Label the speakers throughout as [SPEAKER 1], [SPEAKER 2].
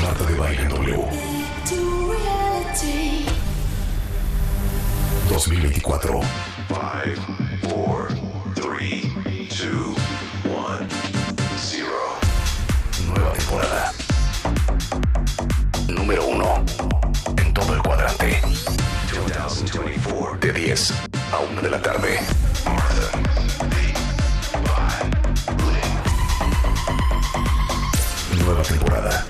[SPEAKER 1] Marta de Baile en W 2024. 5, 4, 3, 2, 1, 0. Nueva temporada. Número 1. En todo el cuadrante. 2024. De 10 a 1 de la tarde. Martha. Nueva temporada.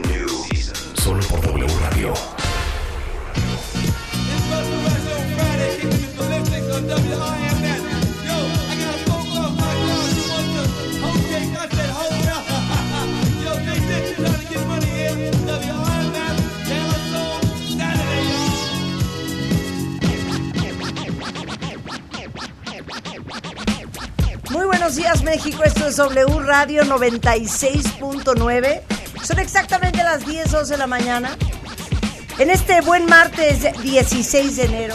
[SPEAKER 1] Solo por W Radio.
[SPEAKER 2] Muy buenos días México, esto es W Radio 96.9. Son exactamente las 10, 12 de la mañana. En este buen martes 16 de enero,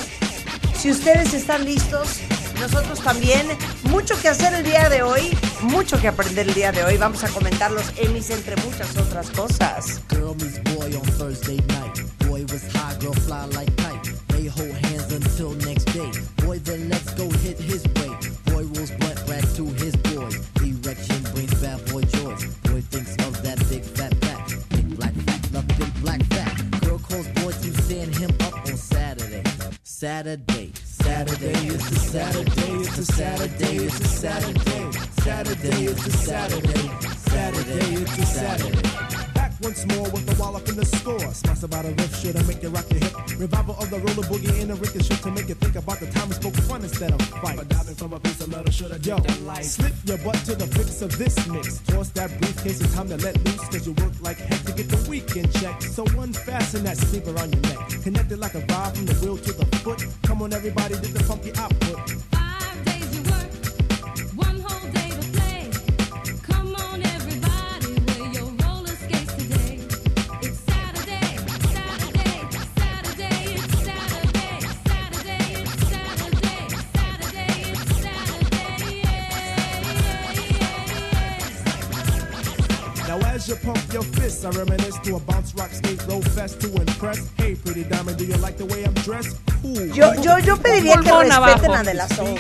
[SPEAKER 2] si ustedes están listos, nosotros también, mucho que hacer el día de hoy, mucho que aprender el día de hoy. Vamos a comentar los Emmys entre muchas otras cosas.
[SPEAKER 3] Girl meets boy on Thursday night. Boy was high, girl fly like kite. They hold hands until next day. Boy then let's go hit his way. Boy rolls blunt rack to his boy. Erection brings bad boy joy. Boy thinks of that big fat back. Big black fat, love big black fat. Girl calls boy to stand him up on Saturday. Saturday, Saturday is a Saturday, it's a Saturday, it's a Saturday. Saturday is a Saturday, Saturday it's a Saturday.
[SPEAKER 4] Back once more with the wallop in the score. Sponsored by the riff should I make you rock your hip. Revival of the roller boogie in the ricochet to make you think about the time we spoke fun instead of fight. Diving from a piece of metal should have Yo, slip your butt to the fix of this mix. Toss that briefcase, it's time to let loose. Cause you work like heck to get the weekend check. So unfasten that sleeve around your neck. Connected like a vibe from the wheel to the foot. Come on, everybody, did the funky output.
[SPEAKER 5] Five days you work, one whole day to play. Come on, everybody, wear your roller skates today. It's Saturday, Saturday, Saturday, it's Saturday, Saturday, it's Saturday, Saturday, it's Saturday,
[SPEAKER 4] Now as you pump your fists, I reminisce to a bounce rock skate roll fest to impress. Hey, pretty diamond, do you like the way I'm dressed? Cool.
[SPEAKER 2] Yo, yo, yo pediría que
[SPEAKER 6] pulmón
[SPEAKER 2] respeten
[SPEAKER 6] abajo.
[SPEAKER 2] a De La Soul.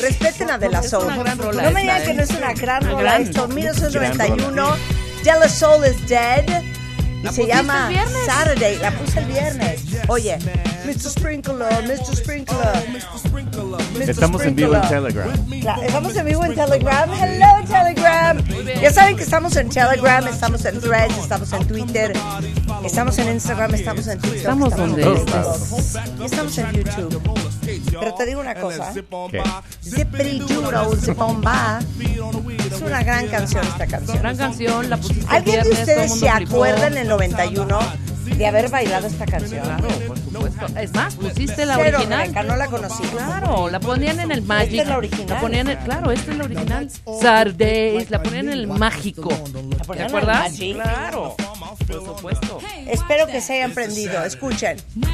[SPEAKER 2] Respeten a De La
[SPEAKER 6] Es una
[SPEAKER 2] Soul.
[SPEAKER 6] gran rola
[SPEAKER 2] No me
[SPEAKER 6] esta,
[SPEAKER 2] digan que
[SPEAKER 6] ¿eh?
[SPEAKER 2] no es una gran
[SPEAKER 6] Una
[SPEAKER 2] rola
[SPEAKER 6] gran-
[SPEAKER 2] esto.
[SPEAKER 6] gran
[SPEAKER 2] 1991. De La Soul is dead. Y se llama
[SPEAKER 6] el viernes?
[SPEAKER 2] Saturday. La puse el viernes. Oye, Mr. Sprinkler, Mr. Sprinkler.
[SPEAKER 7] Estamos en vivo en Telegram.
[SPEAKER 2] Cla- Estamos en vivo en Telegram. Hello, Telegram. Ya saben que estamos en Telegram, estamos en Threads, estamos en Twitter, estamos en Instagram, estamos en TikTok.
[SPEAKER 6] Estamos donde
[SPEAKER 2] en
[SPEAKER 7] estás.
[SPEAKER 2] Facebook, y estamos en YouTube. Pero te digo una cosa. ¿eh?
[SPEAKER 7] ¿Qué?
[SPEAKER 2] Zippity Doodle, Zipomba. Es una gran canción esta canción.
[SPEAKER 6] Gran canción, la pusiste el
[SPEAKER 2] ¿Alguien de
[SPEAKER 6] viernes, todo el
[SPEAKER 2] ustedes
[SPEAKER 6] mundo
[SPEAKER 2] se
[SPEAKER 6] flipó.
[SPEAKER 2] acuerda en el 91 de haber bailado esta canción?
[SPEAKER 6] Claro, por supuesto. Pues, Es más, pusiste la
[SPEAKER 2] Cero,
[SPEAKER 6] original.
[SPEAKER 2] Rebeca, no la conocía.
[SPEAKER 6] Claro, la ponían en el Magic.
[SPEAKER 2] es la original.
[SPEAKER 6] La ponían en- claro, esta es la original. Sardes, la ponían en el Mágico.
[SPEAKER 2] ponían en
[SPEAKER 6] ¿Te
[SPEAKER 2] el
[SPEAKER 6] acuerdas?
[SPEAKER 2] Magic.
[SPEAKER 6] Claro, por supuesto.
[SPEAKER 2] Espero que se hayan prendido. Escuchen.
[SPEAKER 5] Now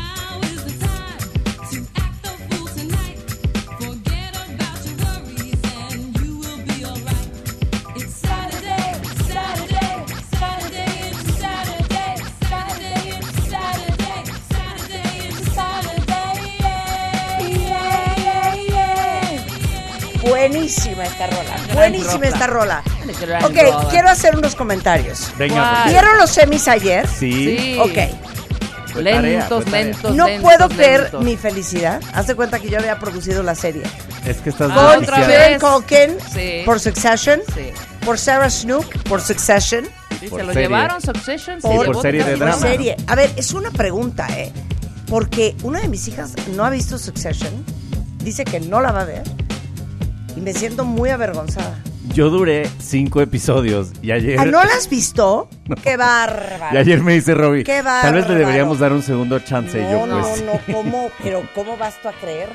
[SPEAKER 5] is the time to act the fool tonight. Forget about your worries and you will be alright. It's Saturday, Saturday, Saturday, it's Saturday, Saturday, it's Saturday, Saturday, it's Saturday, yeah, yeah, yeah, yeah.
[SPEAKER 2] Buenísima esta rola. Buenísima
[SPEAKER 6] rola.
[SPEAKER 2] esta rola.
[SPEAKER 6] Gran
[SPEAKER 2] Ok,
[SPEAKER 6] rola.
[SPEAKER 2] quiero hacer unos comentarios.
[SPEAKER 7] Venga.
[SPEAKER 6] Guay.
[SPEAKER 2] ¿Vieron los semis ayer?
[SPEAKER 7] Sí.
[SPEAKER 6] Sí.
[SPEAKER 2] Ok.
[SPEAKER 7] Fue tarea,
[SPEAKER 6] Lentos,
[SPEAKER 7] fue tarea.
[SPEAKER 6] lentos,
[SPEAKER 2] No
[SPEAKER 6] lentos,
[SPEAKER 2] puedo creer
[SPEAKER 6] lentos.
[SPEAKER 2] mi felicidad. Haz de cuenta que yo había producido la serie.
[SPEAKER 7] Es que estás
[SPEAKER 6] Ah,
[SPEAKER 2] Con
[SPEAKER 6] otra
[SPEAKER 7] desquiciada.
[SPEAKER 2] Kieran
[SPEAKER 6] vez.
[SPEAKER 2] Culkin
[SPEAKER 6] Sí.
[SPEAKER 2] por Succession.
[SPEAKER 6] Sí.
[SPEAKER 2] Por Sarah Snook por Succession.
[SPEAKER 6] Sí,
[SPEAKER 7] Por
[SPEAKER 6] se lo
[SPEAKER 7] serie.
[SPEAKER 6] llevaron, Succession. se
[SPEAKER 7] Por-
[SPEAKER 6] llevó
[SPEAKER 7] por serie de
[SPEAKER 6] casi
[SPEAKER 2] por
[SPEAKER 7] drama.
[SPEAKER 2] serie. A ver, es una pregunta, ¿eh? Porque una de mis hijas no ha visto Succession. Dice que no la va a ver. Y me siento muy avergonzada.
[SPEAKER 7] Yo duré cinco episodios y ayer.
[SPEAKER 2] ¿Ah, ¿No la has visto? ¡Qué bárbaro!
[SPEAKER 7] Y ayer me dice Robbie.
[SPEAKER 2] Qué
[SPEAKER 7] Tal vez
[SPEAKER 2] bárbaro.
[SPEAKER 7] le deberíamos dar un segundo chance. Y
[SPEAKER 2] No,
[SPEAKER 7] yo,
[SPEAKER 2] no,
[SPEAKER 7] pues.
[SPEAKER 2] no, ¿cómo? Pero ¿cómo vas tú a creer?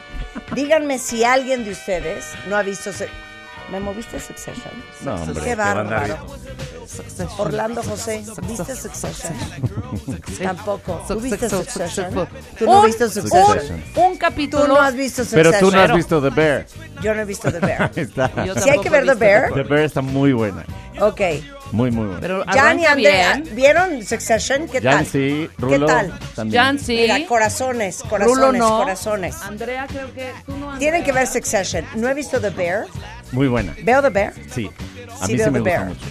[SPEAKER 2] Díganme si alguien de ustedes no ha visto... se- Me moviste Succession.
[SPEAKER 6] No, hombre.
[SPEAKER 2] Qué
[SPEAKER 6] te van a
[SPEAKER 2] bárbaro.
[SPEAKER 6] dar-
[SPEAKER 2] Orlando José, ¿viste Succession? Tampoco. ¿Tú viste
[SPEAKER 3] Succession.
[SPEAKER 2] Succession? ¿Tú no
[SPEAKER 3] Un-
[SPEAKER 2] viste Succession?
[SPEAKER 6] Succession.
[SPEAKER 3] Un, un
[SPEAKER 2] Tú
[SPEAKER 3] capítulo.
[SPEAKER 2] no has visto
[SPEAKER 6] Pero
[SPEAKER 2] Succession.
[SPEAKER 6] tú no has
[SPEAKER 3] Pero-
[SPEAKER 6] visto The Bear.
[SPEAKER 2] Yo no he visto The Bear.
[SPEAKER 6] Ahí está.
[SPEAKER 3] Yo
[SPEAKER 2] Si hay que
[SPEAKER 3] tampoco
[SPEAKER 2] ver
[SPEAKER 3] he
[SPEAKER 2] The
[SPEAKER 3] visto
[SPEAKER 2] Bear,
[SPEAKER 6] The Bear está muy buena.
[SPEAKER 2] ok.
[SPEAKER 6] Muy, muy buena.
[SPEAKER 3] Pero
[SPEAKER 2] Jan y
[SPEAKER 3] arranca
[SPEAKER 2] Andrea,
[SPEAKER 3] bien.
[SPEAKER 2] ¿vieron Succession? ¿Qué
[SPEAKER 6] Jan
[SPEAKER 2] tal?
[SPEAKER 6] sí, Rulo
[SPEAKER 2] ¿Qué tal?
[SPEAKER 6] también.
[SPEAKER 3] Jan sí.
[SPEAKER 2] Mira, corazones, corazones,
[SPEAKER 3] Rulo no.
[SPEAKER 2] corazones.
[SPEAKER 3] Andrea creo que tú no.
[SPEAKER 2] Tienen que
[SPEAKER 3] Andrea.
[SPEAKER 2] ver Succession. No he visto The Bear.
[SPEAKER 6] Muy buena.
[SPEAKER 2] ¿Veo The Bear?
[SPEAKER 6] Sí. A
[SPEAKER 2] Sí
[SPEAKER 6] mí
[SPEAKER 2] veo
[SPEAKER 6] sí
[SPEAKER 2] The
[SPEAKER 6] me gusta
[SPEAKER 2] Bear.
[SPEAKER 6] mucho.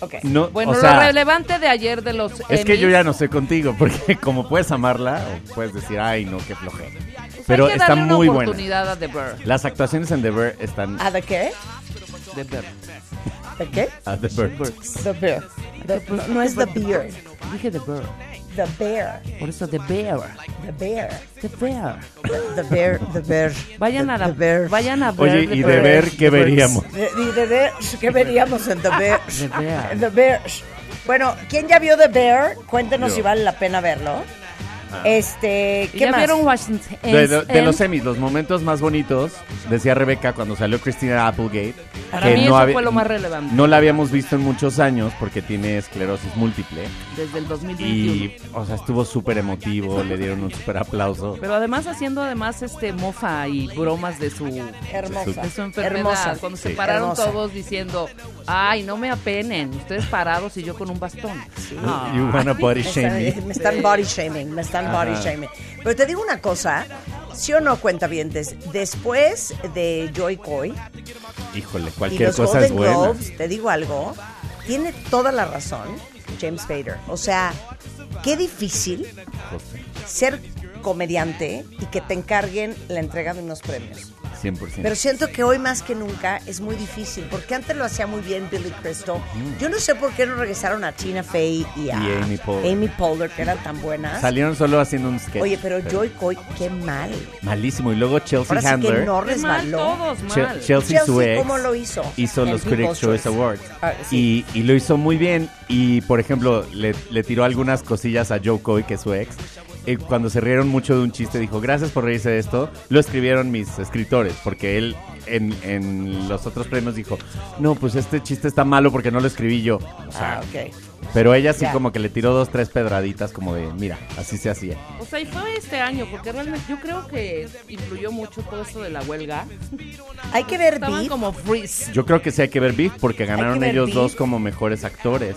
[SPEAKER 2] Ok.
[SPEAKER 6] No,
[SPEAKER 3] Bueno,
[SPEAKER 6] o sea,
[SPEAKER 3] lo relevante de ayer de los
[SPEAKER 6] es que
[SPEAKER 3] Emmys,
[SPEAKER 6] yo ya no sé contigo, porque como puedes amarla, o puedes decir, ay, no, qué flojera.
[SPEAKER 3] pues,
[SPEAKER 6] Pero
[SPEAKER 3] hay que
[SPEAKER 6] está
[SPEAKER 3] darle
[SPEAKER 6] muy
[SPEAKER 3] una
[SPEAKER 6] buena.
[SPEAKER 3] oportunidad a The Bear.
[SPEAKER 6] Las actuaciones en The Bear están...
[SPEAKER 2] ¿A Ah, de qué?
[SPEAKER 3] The Bear.
[SPEAKER 2] ¿De qué?
[SPEAKER 6] A The Bear.
[SPEAKER 2] The Bear. The- no, no es The Bear.
[SPEAKER 3] Dije The Bear.
[SPEAKER 2] The Bear.
[SPEAKER 3] Por eso The Bear.
[SPEAKER 2] The Bear.
[SPEAKER 3] The Bear.
[SPEAKER 2] The Bear. The Bear.
[SPEAKER 3] Vayan
[SPEAKER 2] The-
[SPEAKER 3] a la
[SPEAKER 2] The Bear.
[SPEAKER 3] Vayan a ver.
[SPEAKER 6] Oye,
[SPEAKER 3] The
[SPEAKER 6] y
[SPEAKER 3] Bear.
[SPEAKER 6] de ver qué veríamos.
[SPEAKER 2] De- Y de ver qué veríamos en The Bear.
[SPEAKER 3] The Bear.
[SPEAKER 2] The Bear. Bueno, ¿quién ya vio The Bear? Cuéntenos
[SPEAKER 6] Yo. Ah.
[SPEAKER 2] si vale la pena verlo. Este,
[SPEAKER 3] ¿Y
[SPEAKER 2] ¿qué
[SPEAKER 3] ya
[SPEAKER 2] más?
[SPEAKER 3] vieron Washington?
[SPEAKER 6] De, de- de los
[SPEAKER 3] Emmys?
[SPEAKER 6] semis, los momentos más bonitos, decía Rebeca cuando salió Christina Applegate,
[SPEAKER 3] Para mí eso
[SPEAKER 6] había-
[SPEAKER 3] fue lo más relevante.
[SPEAKER 6] No la habíamos visto en muchos años porque tiene esclerosis múltiple
[SPEAKER 3] Desde el 2021.
[SPEAKER 6] y, o sea, estuvo súper emotivo, le dieron un súper aplauso.
[SPEAKER 3] Pero además haciendo además este mofa y bromas de su
[SPEAKER 2] Hermosa.
[SPEAKER 3] de su enfermedad.
[SPEAKER 2] Hermosa.
[SPEAKER 3] Cuando se
[SPEAKER 6] Sí.
[SPEAKER 3] pararon
[SPEAKER 2] Hermosa.
[SPEAKER 3] todos diciendo, ay, no me apenen, ustedes parados y yo con un bastón. Ah.
[SPEAKER 6] You wanna body
[SPEAKER 2] Me
[SPEAKER 6] shame me.
[SPEAKER 2] están, eh, me están body shaming, me están body
[SPEAKER 6] Ajá.
[SPEAKER 2] shaming. Pero te digo una cosa, ¿sí o no, cuentavientes? Después de Joy Coy
[SPEAKER 6] Híjole,
[SPEAKER 2] y
[SPEAKER 6] cualquier
[SPEAKER 2] los
[SPEAKER 6] cosa es
[SPEAKER 2] Golden
[SPEAKER 6] buena.
[SPEAKER 2] Globes, te digo algo, tiene toda la razón James Fader. O sea, qué difícil ser comediante y que te encarguen la entrega de unos premios.
[SPEAKER 6] 100%.
[SPEAKER 2] Pero siento que hoy más que nunca es muy difícil, porque antes lo hacía muy bien Billy Crystal. Yo no sé por qué no regresaron a Tina Fey y a
[SPEAKER 6] Y Amy Poehler.
[SPEAKER 2] Amy Poehler, que eran tan buenas.
[SPEAKER 6] Salieron solo haciendo un sketch.
[SPEAKER 2] Oye, pero Joy Coy, qué mal.
[SPEAKER 6] Malísimo. Y luego Chelsea
[SPEAKER 2] Ahora sí que
[SPEAKER 6] Handler.
[SPEAKER 2] no
[SPEAKER 3] Qué mal
[SPEAKER 2] resbaló.
[SPEAKER 3] todos,
[SPEAKER 6] Che-
[SPEAKER 3] mal.
[SPEAKER 6] Chelsea, su
[SPEAKER 2] Chelsea,
[SPEAKER 6] ex,
[SPEAKER 2] ¿cómo lo hizo?
[SPEAKER 6] hizo
[SPEAKER 2] En
[SPEAKER 6] los
[SPEAKER 2] People's
[SPEAKER 6] Critics' Choice
[SPEAKER 2] Choice.
[SPEAKER 6] Awards.
[SPEAKER 2] Ah, sí.
[SPEAKER 6] y, y lo hizo muy bien. Y, por ejemplo, le, le tiró algunas cosillas a Joe Coy, que es su ex. Y cuando se rieron mucho de un chiste, dijo, gracias por reírse de esto. Lo escribieron mis escritores, porque él en, en los otros premios dijo, no, pues este chiste está malo porque no lo escribí yo. O
[SPEAKER 2] Ah,
[SPEAKER 6] sea,
[SPEAKER 2] ok.
[SPEAKER 6] Pero ella sí
[SPEAKER 2] Ya.
[SPEAKER 6] como que le tiró dos, tres pedraditas como de, mira, así se hacía.
[SPEAKER 3] O sea, y fue este año, porque realmente yo creo que influyó mucho todo esto de la huelga.
[SPEAKER 2] Hay que ver
[SPEAKER 3] Estaban
[SPEAKER 2] Beef.
[SPEAKER 3] como freeze.
[SPEAKER 6] Yo creo que sí hay que ver Big porque ganaron
[SPEAKER 2] ver
[SPEAKER 6] ellos
[SPEAKER 2] Big.
[SPEAKER 6] dos como mejores actores.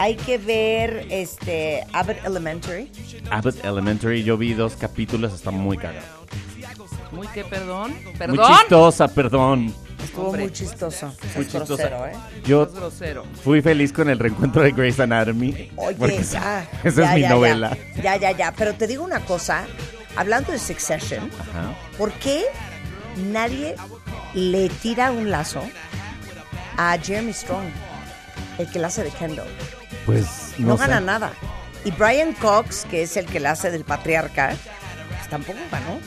[SPEAKER 2] Hay que ver este Abbott Elementary.
[SPEAKER 6] Abbott Elementary, yo vi dos capítulos, está muy cagado.
[SPEAKER 3] Muy que perdón.
[SPEAKER 6] Muy
[SPEAKER 3] Perdón.
[SPEAKER 6] chistosa, perdón.
[SPEAKER 2] Estuvo
[SPEAKER 3] Hombre.
[SPEAKER 2] muy chistoso.
[SPEAKER 6] Muy
[SPEAKER 2] Es
[SPEAKER 6] chistosa.
[SPEAKER 2] grosero, ¿eh?
[SPEAKER 6] Yo
[SPEAKER 3] Es grosero.
[SPEAKER 6] fui feliz con el reencuentro de Grey's Anatomy. porque
[SPEAKER 2] Oye,
[SPEAKER 6] esa,
[SPEAKER 2] ya.
[SPEAKER 6] esa
[SPEAKER 2] ya,
[SPEAKER 6] es mi
[SPEAKER 2] ya,
[SPEAKER 6] novela.
[SPEAKER 2] Ya, ya, ya, ya. Pero te digo una cosa. Hablando de Succession,
[SPEAKER 6] Ajá.
[SPEAKER 2] ¿por qué nadie le tira un lazo a Jeremy Strong, el que la hace de Kendall?
[SPEAKER 6] Pues no,
[SPEAKER 2] No, gana
[SPEAKER 6] sé.
[SPEAKER 2] nada. Y Brian Cox, que es el que la hace del patriarca, pues tampoco ganó.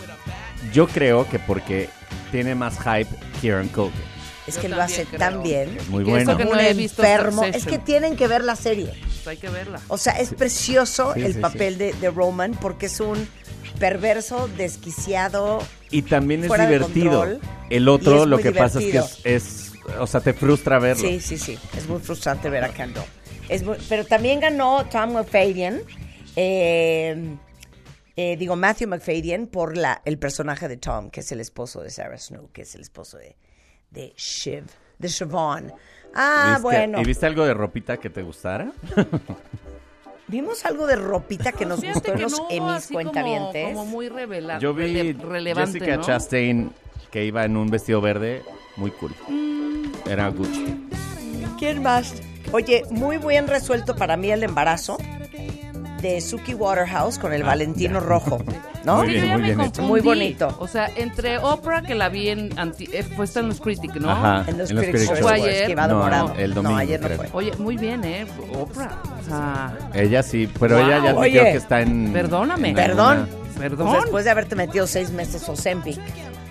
[SPEAKER 6] Yo creo que porque tiene más hype Kieran Culkin.
[SPEAKER 2] Es
[SPEAKER 3] Yo
[SPEAKER 2] que lo
[SPEAKER 3] también
[SPEAKER 2] hace
[SPEAKER 3] creo.
[SPEAKER 2] tan bien.
[SPEAKER 6] Es muy
[SPEAKER 3] Y eso
[SPEAKER 6] bueno.
[SPEAKER 3] que
[SPEAKER 2] un
[SPEAKER 3] no he visto
[SPEAKER 2] enfermo. Es
[SPEAKER 3] Succession.
[SPEAKER 2] que tienen que ver la serie.
[SPEAKER 3] Pues hay que verla.
[SPEAKER 2] O sea, es precioso
[SPEAKER 6] Sí,
[SPEAKER 2] el
[SPEAKER 6] sí,
[SPEAKER 2] papel De, de Roman porque es un perverso, desquiciado.
[SPEAKER 6] Y también es
[SPEAKER 2] fuera de
[SPEAKER 6] divertido.
[SPEAKER 2] control,
[SPEAKER 6] El
[SPEAKER 2] y
[SPEAKER 6] otro
[SPEAKER 2] es
[SPEAKER 6] lo
[SPEAKER 2] muy
[SPEAKER 6] que pasa es que es,
[SPEAKER 2] divertido.
[SPEAKER 6] es- o sea, te frustra verlo.
[SPEAKER 2] Sí, sí, sí. Es muy frustrante ver a Kendall. Es muy- pero también ganó Tom McFadyen, eh, eh, digo Matthew McFadyen, por la, el personaje de Tom, que es el esposo de Sarah Snow, que es el esposo de, de Shiv, de Siobhan. Ah,
[SPEAKER 6] ¿Viste-
[SPEAKER 2] bueno.
[SPEAKER 6] ¿Y viste algo de ropita que te gustara?
[SPEAKER 2] Vimos algo de ropita que nos
[SPEAKER 3] Ah,
[SPEAKER 2] gustó
[SPEAKER 3] Fíjate
[SPEAKER 2] en
[SPEAKER 3] que
[SPEAKER 2] los
[SPEAKER 3] no hubo
[SPEAKER 2] Emmys
[SPEAKER 3] así como-
[SPEAKER 2] cuentavientes.
[SPEAKER 3] Como, muy revela-
[SPEAKER 6] Yo vi
[SPEAKER 3] rele- relevante,
[SPEAKER 6] Jessica
[SPEAKER 3] ¿no?
[SPEAKER 6] Chastain que iba en un vestido verde, muy cool.
[SPEAKER 3] Mm.
[SPEAKER 6] Era Gucci.
[SPEAKER 2] ¿Quién más? Oye, muy bien resuelto para mí el embarazo de Suki Waterhouse con el Valentino
[SPEAKER 6] Ah, ya.
[SPEAKER 2] Rojo, ¿no?
[SPEAKER 6] Muy
[SPEAKER 3] Sí,
[SPEAKER 6] bien,
[SPEAKER 3] yo ya
[SPEAKER 6] muy
[SPEAKER 3] me
[SPEAKER 6] bien hecho.
[SPEAKER 3] confundí.
[SPEAKER 2] Muy bonito.
[SPEAKER 3] O sea, entre Oprah, que la vi en. Anti, eh, fue esta en los Critic, ¿no?
[SPEAKER 6] Ajá.
[SPEAKER 2] En los
[SPEAKER 6] En los
[SPEAKER 2] Critics'
[SPEAKER 6] Critics'
[SPEAKER 2] Choice
[SPEAKER 3] Choice.
[SPEAKER 2] Awards,
[SPEAKER 3] Fue
[SPEAKER 2] que iba de
[SPEAKER 6] ayer.
[SPEAKER 2] morado.
[SPEAKER 6] No, el
[SPEAKER 2] No,
[SPEAKER 6] domingo,
[SPEAKER 2] ayer no
[SPEAKER 6] creo.
[SPEAKER 2] fue.
[SPEAKER 3] Oye, muy bien, ¿eh? Oprah. O sea,
[SPEAKER 6] Ella sí, pero
[SPEAKER 3] Wow.
[SPEAKER 6] ella ya
[SPEAKER 2] Oye,
[SPEAKER 6] creo que está en.
[SPEAKER 3] perdóname.
[SPEAKER 6] en
[SPEAKER 2] Perdón.
[SPEAKER 6] alguna-
[SPEAKER 3] perdón.
[SPEAKER 2] Pues después de haberte metido seis meses o Zempic.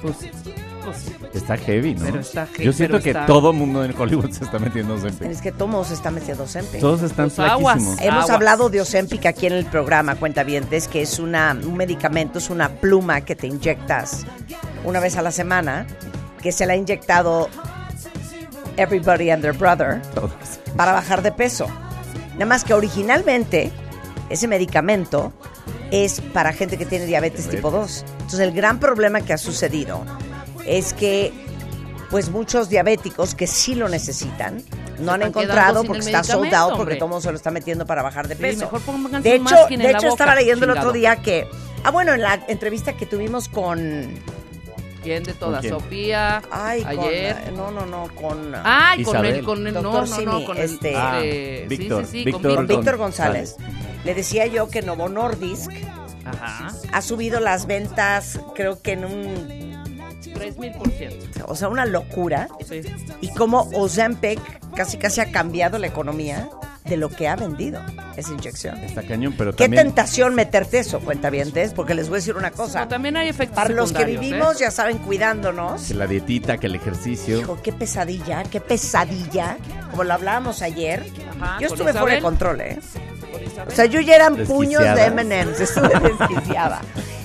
[SPEAKER 3] Pues, pues,
[SPEAKER 6] Está heavy, ¿no?
[SPEAKER 3] Pero está heavy,
[SPEAKER 6] Yo siento
[SPEAKER 3] pero
[SPEAKER 6] que
[SPEAKER 3] está-
[SPEAKER 6] todo mundo en Hollywood se está metiendo en Ozempic.
[SPEAKER 2] Es que Tomo se está metiendo Zempic.
[SPEAKER 6] Todos están
[SPEAKER 3] Pues aguas.
[SPEAKER 6] flaquísimos.
[SPEAKER 3] Eh,
[SPEAKER 2] Hemos
[SPEAKER 3] Aguas.
[SPEAKER 2] hablado de Ozempic aquí en el programa Cuentavientes, que es una, un medicamento, es una pluma que te inyectas una vez a la semana, que se la ha inyectado Everybody and Their Brother
[SPEAKER 7] Todos.
[SPEAKER 2] para bajar de peso. Nada más que originalmente ese medicamento es para gente que tiene diabetes tipo 2. Entonces el gran problema que ha sucedido es que pues muchos diabéticos que sí lo necesitan no han
[SPEAKER 6] quedando
[SPEAKER 2] encontrado
[SPEAKER 6] sin
[SPEAKER 2] porque
[SPEAKER 6] el
[SPEAKER 2] está
[SPEAKER 6] medicamento,
[SPEAKER 2] soldado porque
[SPEAKER 6] hombre.
[SPEAKER 2] todo el mundo se lo está metiendo para bajar de
[SPEAKER 6] Sí,
[SPEAKER 2] peso.
[SPEAKER 6] mejor pónganse
[SPEAKER 2] de
[SPEAKER 6] un
[SPEAKER 2] hecho,
[SPEAKER 6] masking en
[SPEAKER 2] de
[SPEAKER 6] la
[SPEAKER 2] hecho
[SPEAKER 6] boca,
[SPEAKER 2] estaba leyendo el otro
[SPEAKER 6] chingado.
[SPEAKER 2] día que ah bueno en la entrevista que tuvimos con
[SPEAKER 6] ¿Quién de todas?
[SPEAKER 7] quién?
[SPEAKER 6] Sofía.
[SPEAKER 2] ay con-
[SPEAKER 6] ayer.
[SPEAKER 2] no no no con
[SPEAKER 6] Ah, con
[SPEAKER 7] Isabel.
[SPEAKER 6] el, con el, no,
[SPEAKER 2] Doctor
[SPEAKER 6] no,
[SPEAKER 2] Simi,
[SPEAKER 6] no, con el,
[SPEAKER 2] este-
[SPEAKER 7] Ah,
[SPEAKER 6] este,
[SPEAKER 7] Víctor,
[SPEAKER 6] sí, sí, sí,
[SPEAKER 7] Víctor
[SPEAKER 6] con
[SPEAKER 2] con
[SPEAKER 6] Víctor.
[SPEAKER 2] Víctor González. Le decía yo que Novo Nordisk
[SPEAKER 6] Ajá,
[SPEAKER 2] ha subido las ventas, creo que en un,
[SPEAKER 6] 3000%.
[SPEAKER 2] o sea, una locura.
[SPEAKER 6] Sí.
[SPEAKER 2] Y como Ozempic casi casi ha cambiado la economía de lo que ha vendido esa inyección.
[SPEAKER 7] Está cañón, pero
[SPEAKER 2] Qué
[SPEAKER 7] también...
[SPEAKER 2] tentación meterte eso, cuentavientes, porque les voy a decir una cosa.
[SPEAKER 6] Pero también hay efectos
[SPEAKER 2] Para los que
[SPEAKER 6] secundarios,
[SPEAKER 2] vivimos,
[SPEAKER 6] ¿eh?
[SPEAKER 2] ya saben, cuidándonos.
[SPEAKER 7] que la dietita, que el ejercicio.
[SPEAKER 2] Hijo, qué pesadilla, qué pesadilla. Como lo hablábamos ayer,
[SPEAKER 6] Ajá,
[SPEAKER 2] yo
[SPEAKER 6] con
[SPEAKER 2] estuve fuera de
[SPEAKER 6] Isabel.
[SPEAKER 2] control, ¿eh? O sea, yo ya eran puños de
[SPEAKER 7] Desquiciada.
[SPEAKER 2] M&M's, estuve desquiciada.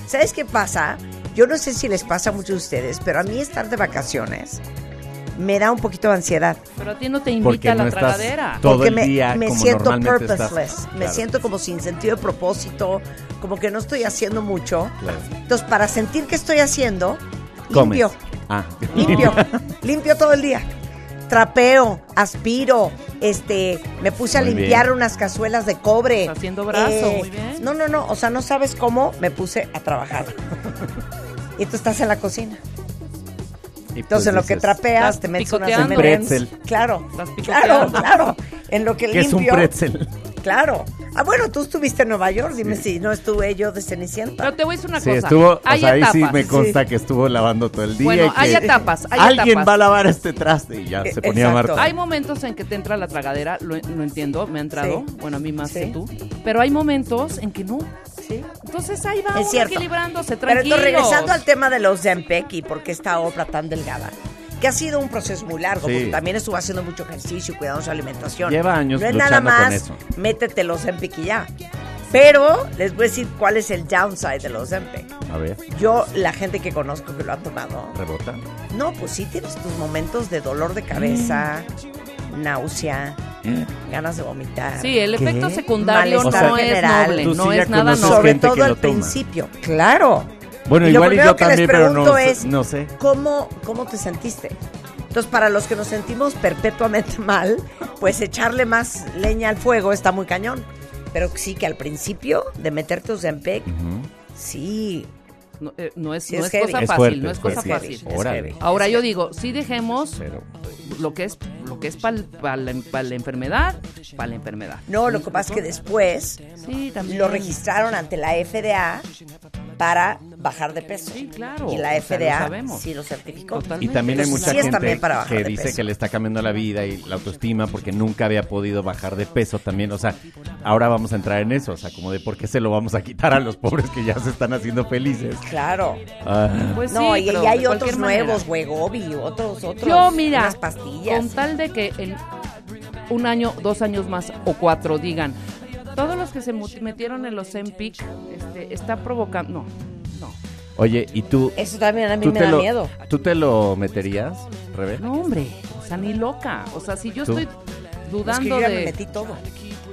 [SPEAKER 2] ¿Sabes qué pasa? Yo no sé si les pasa a muchos de ustedes, pero a mí estar de vacaciones me da un poquito de ansiedad.
[SPEAKER 6] Pero a ti no te invita
[SPEAKER 7] Porque
[SPEAKER 6] a la
[SPEAKER 7] no estás
[SPEAKER 6] tragadera.
[SPEAKER 7] todo
[SPEAKER 2] porque
[SPEAKER 7] el
[SPEAKER 2] me,
[SPEAKER 7] día
[SPEAKER 2] me
[SPEAKER 7] como
[SPEAKER 2] siento
[SPEAKER 7] normalmente
[SPEAKER 2] purposeless,
[SPEAKER 7] estás.
[SPEAKER 2] me
[SPEAKER 7] Claro,
[SPEAKER 2] siento como sin sentido de propósito, como que no estoy haciendo mucho.
[SPEAKER 7] claro.
[SPEAKER 2] Entonces, para sentir que estoy haciendo,
[SPEAKER 7] Comes.
[SPEAKER 2] limpio.
[SPEAKER 7] Ah.
[SPEAKER 2] Limpio, limpio todo el día. Trapeo, aspiro, este, me puse
[SPEAKER 7] Muy
[SPEAKER 2] a limpiar
[SPEAKER 7] bien.
[SPEAKER 2] unas cazuelas de cobre. Eh,
[SPEAKER 6] Estás haciendo brazo, muy bien.
[SPEAKER 2] No, no, no, o sea, no sabes cómo me puse a trabajar. y tú estás en la cocina.
[SPEAKER 7] Y pues
[SPEAKER 2] Entonces, en lo que
[SPEAKER 7] dices,
[SPEAKER 2] trapeas,
[SPEAKER 6] estás
[SPEAKER 2] te metes unas
[SPEAKER 6] picoteando.
[SPEAKER 2] M&M's.
[SPEAKER 7] Pretzel.
[SPEAKER 2] Claro,
[SPEAKER 6] Estás
[SPEAKER 2] claro,
[SPEAKER 6] picoteando.
[SPEAKER 2] claro. En lo que
[SPEAKER 7] ¿Qué es
[SPEAKER 2] limpio.
[SPEAKER 7] un pretzel?
[SPEAKER 2] Claro. Ah, bueno, tú estuviste en Nueva York, dime si no estuve yo de Cenicienta.
[SPEAKER 6] Pero te voy a decir una
[SPEAKER 7] Sí,
[SPEAKER 6] cosa.
[SPEAKER 7] estuvo, o
[SPEAKER 6] hay
[SPEAKER 7] sea, ahí
[SPEAKER 6] etapas.
[SPEAKER 7] sí me consta que estuvo lavando todo el día.
[SPEAKER 6] Bueno,
[SPEAKER 7] y que
[SPEAKER 6] hay etapas, hay
[SPEAKER 7] Alguien
[SPEAKER 6] etapas.
[SPEAKER 7] va a lavar este traste y ya
[SPEAKER 2] Eh,
[SPEAKER 7] se ponía
[SPEAKER 2] exacto.
[SPEAKER 7] Marta.
[SPEAKER 6] Hay momentos en que te entra la tragadera, lo, lo entiendo, me ha entrado,
[SPEAKER 2] Sí.
[SPEAKER 6] bueno, a mí más
[SPEAKER 2] Sí.
[SPEAKER 6] que tú, pero hay momentos en que no.
[SPEAKER 2] Sí.
[SPEAKER 6] Entonces ahí va
[SPEAKER 2] Es
[SPEAKER 6] uno
[SPEAKER 2] cierto.
[SPEAKER 6] equilibrándose,
[SPEAKER 2] Pero
[SPEAKER 6] tranquilo.
[SPEAKER 2] entonces, regresando al tema de los Zempec y por qué esta obra tan delgada, que ha sido un proceso muy largo,
[SPEAKER 7] Sí.
[SPEAKER 2] porque también estuvo haciendo mucho ejercicio y cuidando su alimentación.
[SPEAKER 7] Lleva años
[SPEAKER 2] No es
[SPEAKER 7] luchando
[SPEAKER 2] nada
[SPEAKER 7] con
[SPEAKER 2] más,
[SPEAKER 7] eso.
[SPEAKER 2] métete los Zempec y ya. Pero les voy a decir cuál es el downside de los Zempec.
[SPEAKER 7] A ver,
[SPEAKER 2] Yo, la gente que conozco que lo ha tomado,
[SPEAKER 7] rebota.
[SPEAKER 2] no, pues sí tienes tus momentos de dolor de cabeza, náusea, ganas de vomitar.
[SPEAKER 6] Mm. Sí, el
[SPEAKER 7] ¿Qué?
[SPEAKER 6] efecto secundario
[SPEAKER 2] Malestar
[SPEAKER 6] no es
[SPEAKER 2] general.
[SPEAKER 6] noble,
[SPEAKER 7] Tú sí
[SPEAKER 6] no
[SPEAKER 7] ya
[SPEAKER 6] es nada
[SPEAKER 7] conoces
[SPEAKER 6] noble.
[SPEAKER 2] Sobre
[SPEAKER 7] gente que
[SPEAKER 2] todo
[SPEAKER 7] lo
[SPEAKER 2] al
[SPEAKER 7] toma.
[SPEAKER 2] principio, claro.
[SPEAKER 7] Bueno,
[SPEAKER 2] Y lo
[SPEAKER 7] igual y
[SPEAKER 2] primero
[SPEAKER 7] yo
[SPEAKER 2] que les
[SPEAKER 7] también, pero no,
[SPEAKER 2] pregunto
[SPEAKER 7] sé-
[SPEAKER 2] es-
[SPEAKER 7] no sé.
[SPEAKER 2] ¿Cómo, ¿Cómo te sentiste? Entonces, para los que nos sentimos perpetuamente mal, pues echarle más leña al fuego está muy cañón. Pero sí que al principio de meterte un Zempec, sí,
[SPEAKER 6] No, eh, no es,
[SPEAKER 2] Sí,
[SPEAKER 6] no
[SPEAKER 2] es
[SPEAKER 6] es
[SPEAKER 2] heavy.
[SPEAKER 6] cosa
[SPEAKER 7] Es
[SPEAKER 6] fácil,
[SPEAKER 7] fuerte,
[SPEAKER 6] no es
[SPEAKER 7] es
[SPEAKER 6] cosa
[SPEAKER 7] fuerte.
[SPEAKER 6] fácil.
[SPEAKER 2] es
[SPEAKER 7] Órale.
[SPEAKER 2] heavy.
[SPEAKER 6] Ahora yo digo, sí dejemos
[SPEAKER 7] Pero,
[SPEAKER 6] lo que es lo que es para la, pa'l enfermedad, para la enfermedad.
[SPEAKER 2] No, lo que pasa es que después
[SPEAKER 6] Sí, también.
[SPEAKER 2] lo registraron ante la FDA para bajar de peso.
[SPEAKER 6] Sí, claro.
[SPEAKER 2] Y la
[SPEAKER 6] O sea, lo
[SPEAKER 2] FDA
[SPEAKER 6] sabemos.
[SPEAKER 2] sí lo certificó.
[SPEAKER 7] y
[SPEAKER 6] Totalmente.
[SPEAKER 7] también hay
[SPEAKER 2] Entonces,
[SPEAKER 7] mucha
[SPEAKER 2] sí es también
[SPEAKER 7] gente
[SPEAKER 2] para bajar
[SPEAKER 7] que
[SPEAKER 2] de
[SPEAKER 7] dice
[SPEAKER 2] peso.
[SPEAKER 7] que le está cambiando la vida y la autoestima porque nunca había podido bajar de peso también. O sea, ahora vamos a entrar en eso. O sea, como de por qué se lo vamos a quitar a los pobres que ya se están haciendo felices.
[SPEAKER 2] Claro.
[SPEAKER 7] Ah.
[SPEAKER 6] Pues
[SPEAKER 2] no,
[SPEAKER 6] sí,
[SPEAKER 2] y,
[SPEAKER 6] pero
[SPEAKER 2] y hay
[SPEAKER 6] de
[SPEAKER 2] otros
[SPEAKER 6] cualquier manera.
[SPEAKER 2] nuevos, güey, Gobi, otros, otros.
[SPEAKER 6] Yo, mira,
[SPEAKER 2] unas pastillas.
[SPEAKER 6] con tal de que en un año, dos años más o cuatro digan, todos los que se mu- metieron en los MPIC este, están provocando. No, no.
[SPEAKER 7] Oye, ¿y tú?
[SPEAKER 2] Eso también a mí
[SPEAKER 7] tú
[SPEAKER 2] me
[SPEAKER 7] te
[SPEAKER 2] da
[SPEAKER 7] lo-
[SPEAKER 2] miedo.
[SPEAKER 7] ¿Tú te lo meterías, Rebe?
[SPEAKER 6] No, hombre, o sea, ni loca. O sea, si yo
[SPEAKER 7] ¿Tú?
[SPEAKER 6] estoy
[SPEAKER 2] Es que
[SPEAKER 6] dudando
[SPEAKER 2] yo ya
[SPEAKER 6] de...
[SPEAKER 2] me metí todo.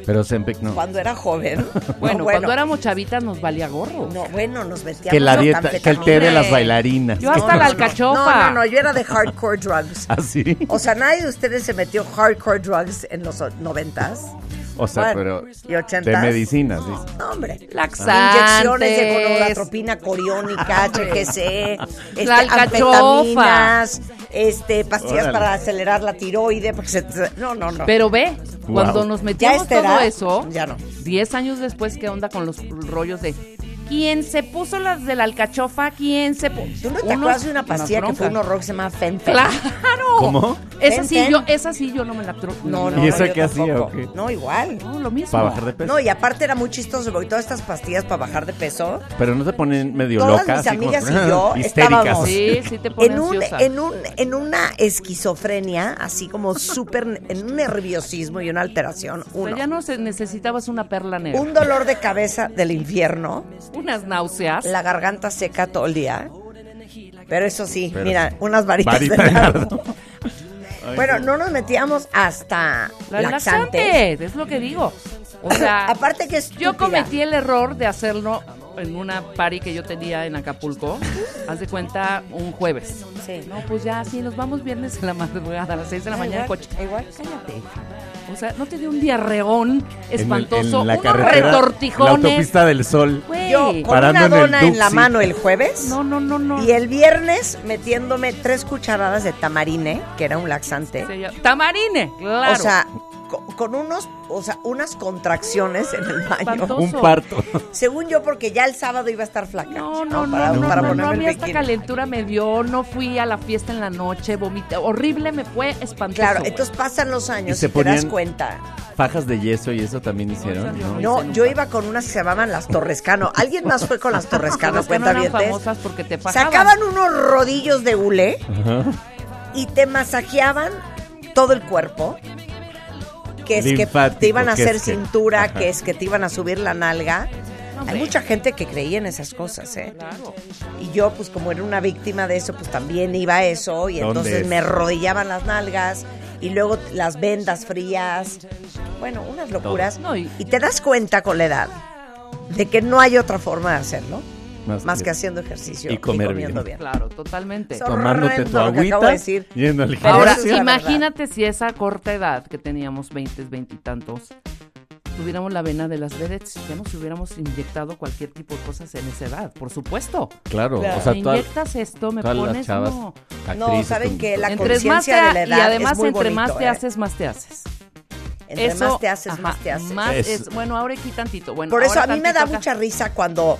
[SPEAKER 7] Pero Zempic no.
[SPEAKER 2] Cuando era joven.
[SPEAKER 6] Bueno,
[SPEAKER 2] no,
[SPEAKER 6] cuando éramos chavitas nos valía gorro.
[SPEAKER 2] No, bueno, nos metíamos.
[SPEAKER 7] Que la
[SPEAKER 2] con
[SPEAKER 7] dieta, que el té de
[SPEAKER 2] anfetaminas.
[SPEAKER 7] las bailarinas.
[SPEAKER 6] Yo hasta la alcachofa.
[SPEAKER 2] No, no, no, yo era de hardcore drugs.
[SPEAKER 7] Así.
[SPEAKER 2] O sea, nadie de ustedes se metió hardcore drugs en los o- noventas.
[SPEAKER 7] O sea,
[SPEAKER 2] Bueno, ¿y
[SPEAKER 7] pero
[SPEAKER 2] ochentas?
[SPEAKER 7] de medicinas, dice.
[SPEAKER 2] No, hombre.
[SPEAKER 6] Laxantes.
[SPEAKER 2] Inyecciones de gonadotropina coriónica, HGC, este,
[SPEAKER 6] La alcachofa.
[SPEAKER 2] anfetaminas, este, pastillas
[SPEAKER 7] Órale.
[SPEAKER 2] para acelerar la tiroide. Porque se- se- no, no, no.
[SPEAKER 6] Pero ve,
[SPEAKER 7] Wow.
[SPEAKER 6] cuando nos metíamos
[SPEAKER 2] esta
[SPEAKER 6] todo
[SPEAKER 2] edad,
[SPEAKER 6] eso,
[SPEAKER 2] ya no.
[SPEAKER 6] 10 años después, ¿qué onda con los rollos de quién se puso las de la alcachofa? ¿Quién se puso?
[SPEAKER 2] ¿Tú no te acuerdas de una pastilla que fue un horror que se llama Fenfen?
[SPEAKER 6] ¡Claro!
[SPEAKER 7] ¿Cómo?
[SPEAKER 6] Esa sí,
[SPEAKER 2] Fenfen.
[SPEAKER 6] yo, esa sí yo no me la tro-
[SPEAKER 2] No,
[SPEAKER 6] me
[SPEAKER 2] no.
[SPEAKER 7] ¿Y
[SPEAKER 6] la-
[SPEAKER 7] eso
[SPEAKER 2] yo
[SPEAKER 7] qué hacía
[SPEAKER 2] tampoco.
[SPEAKER 7] o qué?
[SPEAKER 2] No, igual.
[SPEAKER 6] No, lo mismo.
[SPEAKER 7] Para bajar de peso.
[SPEAKER 2] No, y aparte era muy chistoso porque todas estas pastillas para bajar de peso.
[SPEAKER 7] Pero no te ponen medio
[SPEAKER 2] Todas
[SPEAKER 7] loca.
[SPEAKER 2] mis
[SPEAKER 7] así como-
[SPEAKER 2] amigas y yo estábamos-
[SPEAKER 6] Sí, sí te pone
[SPEAKER 2] En, un,
[SPEAKER 6] ansiosa.
[SPEAKER 2] en, un, en una esquizofrenia, así como súper, en un nerviosismo y una alteración,
[SPEAKER 6] O sea,
[SPEAKER 2] uno.
[SPEAKER 6] ya no se- necesitabas una perla negra.
[SPEAKER 2] Un dolor de cabeza del infierno,
[SPEAKER 6] Unas náuseas.
[SPEAKER 2] la garganta seca todo el día. Pero eso sí,
[SPEAKER 7] Pero-
[SPEAKER 2] mira, unas varitas
[SPEAKER 7] Varita
[SPEAKER 2] de
[SPEAKER 7] de
[SPEAKER 2] nardo.
[SPEAKER 7] nardo. Ay,
[SPEAKER 2] Bueno,
[SPEAKER 7] sí.
[SPEAKER 2] no nos metíamos hasta
[SPEAKER 6] La
[SPEAKER 2] laxantes.
[SPEAKER 6] laxante, es lo que digo. O sea,
[SPEAKER 2] Aparte que
[SPEAKER 6] yo
[SPEAKER 2] estúpida.
[SPEAKER 6] cometí el error de hacerlo en una party que yo tenía en Acapulco. Haz de cuenta un jueves.
[SPEAKER 2] Sí.
[SPEAKER 6] No, pues ya, sí, nos vamos viernes en la madrugada, a las 6 de la
[SPEAKER 2] Ah,
[SPEAKER 6] mañana en
[SPEAKER 2] igual,
[SPEAKER 6] coche.
[SPEAKER 2] igual, cállate.
[SPEAKER 6] O sea, no te dio un diarreón espantoso,
[SPEAKER 7] en la
[SPEAKER 6] unos
[SPEAKER 7] carretera, la
[SPEAKER 6] retortijones.
[SPEAKER 7] autopista del sol.
[SPEAKER 6] Güey.
[SPEAKER 2] Yo con
[SPEAKER 7] Parando
[SPEAKER 2] una
[SPEAKER 7] en el
[SPEAKER 2] dona en, la
[SPEAKER 7] Duxi.
[SPEAKER 2] mano el jueves
[SPEAKER 6] No, no, no, no.
[SPEAKER 2] y el viernes metiéndome tres cucharadas de tamarine, que era un laxante.
[SPEAKER 6] Sería- Tamarine, claro.
[SPEAKER 2] O sea, co- con unos, o sea, unas contracciones en el baño.
[SPEAKER 6] Espantoso.
[SPEAKER 7] Un parto.
[SPEAKER 2] Según yo, porque ya el sábado iba a estar flaca.
[SPEAKER 6] No, no, no,
[SPEAKER 2] para,
[SPEAKER 6] no,
[SPEAKER 2] para
[SPEAKER 6] no, no,
[SPEAKER 2] ponerme
[SPEAKER 6] a
[SPEAKER 2] el
[SPEAKER 6] mí esta
[SPEAKER 2] bikini.
[SPEAKER 6] calentura me dio, no fui a la fiesta en la noche, vomité, horrible, me fue espantoso.
[SPEAKER 2] Claro,
[SPEAKER 6] güey.
[SPEAKER 2] entonces pasan los
[SPEAKER 7] Y
[SPEAKER 2] años y,
[SPEAKER 7] se
[SPEAKER 2] te das
[SPEAKER 7] ponían-
[SPEAKER 2] cuenta.
[SPEAKER 7] Fajas de yeso y eso también hicieron.
[SPEAKER 6] No,
[SPEAKER 7] ¿no?
[SPEAKER 2] No, yo iba con unas que se llamaban las Torrescano. ¿Alguien más fue con las Torrescano?
[SPEAKER 6] Las que no eran
[SPEAKER 2] Cuenta
[SPEAKER 6] famosas porque te fajaban.
[SPEAKER 2] Sacaban unos rodillos de hule y te masajeaban todo el cuerpo. Que es que
[SPEAKER 7] Linfático,
[SPEAKER 2] te iban a
[SPEAKER 7] que
[SPEAKER 2] hacer
[SPEAKER 7] es que-
[SPEAKER 2] cintura,
[SPEAKER 7] Ajá.
[SPEAKER 2] que es que te iban a subir la nalga.
[SPEAKER 6] No,
[SPEAKER 2] Hay
[SPEAKER 6] hombre.
[SPEAKER 2] mucha gente que creía en esas cosas, ¿eh?
[SPEAKER 6] Claro.
[SPEAKER 2] Y yo, pues como era una víctima de eso, pues también iba a eso. Y
[SPEAKER 7] ¿Dónde
[SPEAKER 2] entonces
[SPEAKER 7] es?
[SPEAKER 2] me rodillaban las nalgas y luego las vendas frías. Bueno, unas locuras.
[SPEAKER 6] No, y-
[SPEAKER 2] Y te das cuenta con la edad de que no hay otra forma de hacerlo más que haciendo ejercicio
[SPEAKER 7] Y comer
[SPEAKER 2] comiendo
[SPEAKER 7] bien.
[SPEAKER 2] bien.
[SPEAKER 6] Claro, totalmente.
[SPEAKER 2] Son-
[SPEAKER 7] Tomándote tu
[SPEAKER 2] Horrendo lo que acabo
[SPEAKER 7] agüita,
[SPEAKER 2] de decir.
[SPEAKER 7] yendo al
[SPEAKER 2] Pero
[SPEAKER 6] Ahora,
[SPEAKER 2] eso es la
[SPEAKER 6] imagínate si esa corta edad que teníamos, 20, 20 y tantos, tuviéramos la vena de las vedettes, ya nos hubiéramos inyectado cualquier tipo de cosas en esa edad, por supuesto.
[SPEAKER 7] Claro, o sea,
[SPEAKER 6] me
[SPEAKER 7] toda-
[SPEAKER 6] inyectas esto, me
[SPEAKER 7] todas
[SPEAKER 6] pones...
[SPEAKER 7] las chavas.
[SPEAKER 6] no.
[SPEAKER 2] No,
[SPEAKER 7] actrices,
[SPEAKER 2] saben
[SPEAKER 7] con-
[SPEAKER 2] que la
[SPEAKER 6] Entre más te
[SPEAKER 2] conciencia de
[SPEAKER 6] ha-
[SPEAKER 2] la edad
[SPEAKER 6] y además
[SPEAKER 2] es muy
[SPEAKER 6] entre
[SPEAKER 2] bonito,
[SPEAKER 6] más te
[SPEAKER 2] ¿eh?
[SPEAKER 6] haces, más te haces.
[SPEAKER 2] Entre
[SPEAKER 6] Eso,
[SPEAKER 2] más te haces,
[SPEAKER 6] ajá,
[SPEAKER 2] más te haces.
[SPEAKER 6] más
[SPEAKER 7] Eso.
[SPEAKER 6] es- bueno, ahora aquí tantito. Bueno,
[SPEAKER 2] Por eso
[SPEAKER 6] ahora
[SPEAKER 2] a mí me
[SPEAKER 6] tantito
[SPEAKER 2] da
[SPEAKER 6] acá.
[SPEAKER 2] mucha risa cuando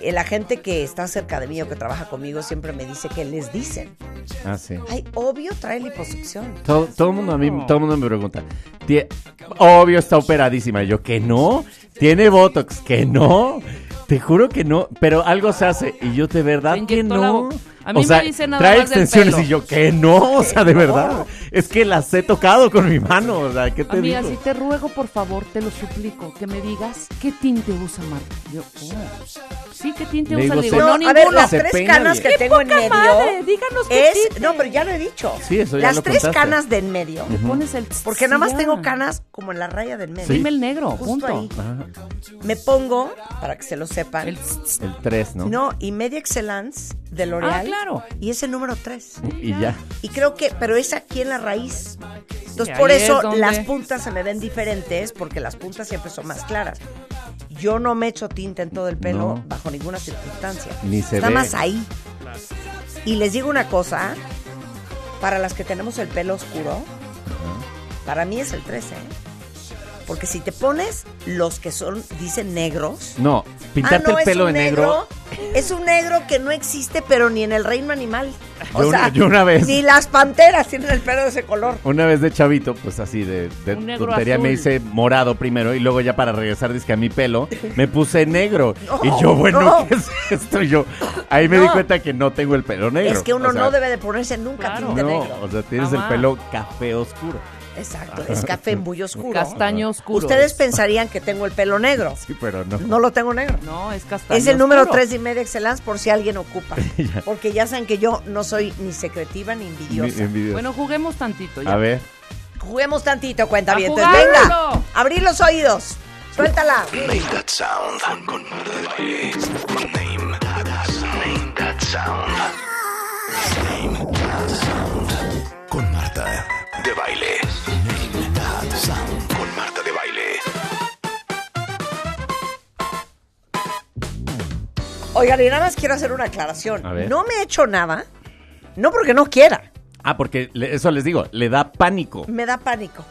[SPEAKER 2] eh, la gente que está cerca de mí o que trabaja conmigo siempre me dice que les dicen,
[SPEAKER 7] Ah, sí.
[SPEAKER 2] ay, obvio trae liposucción.
[SPEAKER 7] Todo, todo el mundo a mí, todo el mundo me pregunta. "Tie- Obvio está operadísima. Yo que no. Tiene Botox, que no. Te juro que no. Pero algo se hace. Y yo de verdad
[SPEAKER 6] Se
[SPEAKER 7] que
[SPEAKER 6] inyectó la
[SPEAKER 7] no.
[SPEAKER 6] bo- a mí
[SPEAKER 7] o
[SPEAKER 6] me
[SPEAKER 7] sea,
[SPEAKER 6] dice nada
[SPEAKER 7] trae
[SPEAKER 6] más del
[SPEAKER 7] extensiones
[SPEAKER 6] pelo.
[SPEAKER 7] y yo que no. O sea, de verdad. Es que las he tocado con mi mano. O sea, ¿qué te
[SPEAKER 6] Amiga,
[SPEAKER 7] digo?
[SPEAKER 6] si te ruego, por favor, te lo suplico, que me digas qué tinte usa Marta. Yo, oh, sí, qué tinte
[SPEAKER 7] Le
[SPEAKER 6] usa. Le
[SPEAKER 7] digo,
[SPEAKER 6] digo,
[SPEAKER 7] se-
[SPEAKER 6] no,
[SPEAKER 2] No,
[SPEAKER 6] ninguno.
[SPEAKER 2] a ver, las
[SPEAKER 7] Se
[SPEAKER 2] tres
[SPEAKER 7] peina
[SPEAKER 2] canas
[SPEAKER 7] bien.
[SPEAKER 2] que tengo en
[SPEAKER 6] poca
[SPEAKER 2] medio
[SPEAKER 6] madre! Díganos qué
[SPEAKER 2] es,
[SPEAKER 6] tinte.
[SPEAKER 2] no, pero ya lo he dicho.
[SPEAKER 7] Sí, eso ya
[SPEAKER 2] Las
[SPEAKER 7] lo
[SPEAKER 2] tres
[SPEAKER 7] contaste.
[SPEAKER 2] canas de en medio,
[SPEAKER 6] Te pones el...
[SPEAKER 2] porque nada más
[SPEAKER 6] sí, ya.
[SPEAKER 2] tengo canas como en la raya del medio.
[SPEAKER 6] Dime el negro,
[SPEAKER 2] Justo
[SPEAKER 6] punto.
[SPEAKER 2] ahí. Me pongo, para que se lo sepan,
[SPEAKER 6] El tss,
[SPEAKER 7] El 3, ¿no?
[SPEAKER 2] no, y Media Excellence de L'Oreal.
[SPEAKER 6] Ah, claro.
[SPEAKER 2] Y es el número tres.
[SPEAKER 7] Y ya.
[SPEAKER 2] Y creo que, pero es aquí en la raíz. Entonces,
[SPEAKER 6] Sí,
[SPEAKER 2] por
[SPEAKER 6] ahí es
[SPEAKER 2] eso
[SPEAKER 6] donde-
[SPEAKER 2] las puntas se me ven diferentes, porque las puntas siempre son más claras. Yo no me echo tinta en todo el pelo
[SPEAKER 7] No.
[SPEAKER 2] bajo ninguna circunstancia.
[SPEAKER 7] Ni se
[SPEAKER 2] Está
[SPEAKER 7] ve.
[SPEAKER 2] más ahí. Y les digo una cosa, para las que tenemos el pelo oscuro, para mí es el 13. ¿eh? Porque si te pones los que son, dicen negros,
[SPEAKER 7] No, pintarte
[SPEAKER 2] Ah, no,
[SPEAKER 7] el
[SPEAKER 2] es
[SPEAKER 7] pelo de
[SPEAKER 2] un
[SPEAKER 7] negro.
[SPEAKER 2] Es un negro que no existe, pero ni en el reino animal. O
[SPEAKER 7] Yo una-
[SPEAKER 2] sea,
[SPEAKER 7] yo una vez.
[SPEAKER 2] Ni las panteras tienen el pelo de ese color.
[SPEAKER 7] Una vez de chavito, pues así de, de
[SPEAKER 6] Un negro
[SPEAKER 7] tontería me
[SPEAKER 6] azul.
[SPEAKER 7] hice morado primero y luego ya para regresar dizque a mi pelo me puse negro. y yo, bueno,
[SPEAKER 2] no.
[SPEAKER 7] ¿qué es esto? Y yo ahí me di
[SPEAKER 2] No.
[SPEAKER 7] cuenta que no tengo el pelo negro.
[SPEAKER 2] Es que uno
[SPEAKER 7] O sea,
[SPEAKER 2] no debe de ponerse nunca
[SPEAKER 6] Claro.
[SPEAKER 2] tinte
[SPEAKER 7] no,
[SPEAKER 2] negro.
[SPEAKER 7] o sea, tienes
[SPEAKER 6] Jamás.
[SPEAKER 7] el pelo café oscuro.
[SPEAKER 2] Exacto, es café muy oscuro.
[SPEAKER 6] Castaño oscuro.
[SPEAKER 2] Ustedes pensarían que tengo el pelo negro.
[SPEAKER 7] Sí, pero no.
[SPEAKER 2] No lo tengo negro.
[SPEAKER 6] No, es castaño
[SPEAKER 2] Es el número
[SPEAKER 6] oscuro.
[SPEAKER 2] 3 y media excellence por si alguien ocupa. Porque ya saben que yo no soy ni secretiva ni
[SPEAKER 7] Ni-
[SPEAKER 2] envidiosa.
[SPEAKER 7] envidioso.
[SPEAKER 6] Bueno, juguemos tantito ya.
[SPEAKER 7] a ver.
[SPEAKER 2] Juguemos tantito, cuenta bien.
[SPEAKER 6] ¡A jugarlo!
[SPEAKER 2] Venga, abrir los oídos. Suéltala.
[SPEAKER 1] Name That Sound con Marta de Baile. Name That Sound. Name That Sound. Name That Sound con Marta de Baile. Name That Sound con Marta de Baile.
[SPEAKER 2] Oigan, y nada más quiero hacer una aclaración.
[SPEAKER 7] A ver.
[SPEAKER 2] No me he hecho nada, no porque no quiera,
[SPEAKER 7] Ah, porque le- eso les digo, le da pánico.
[SPEAKER 2] me da pánico.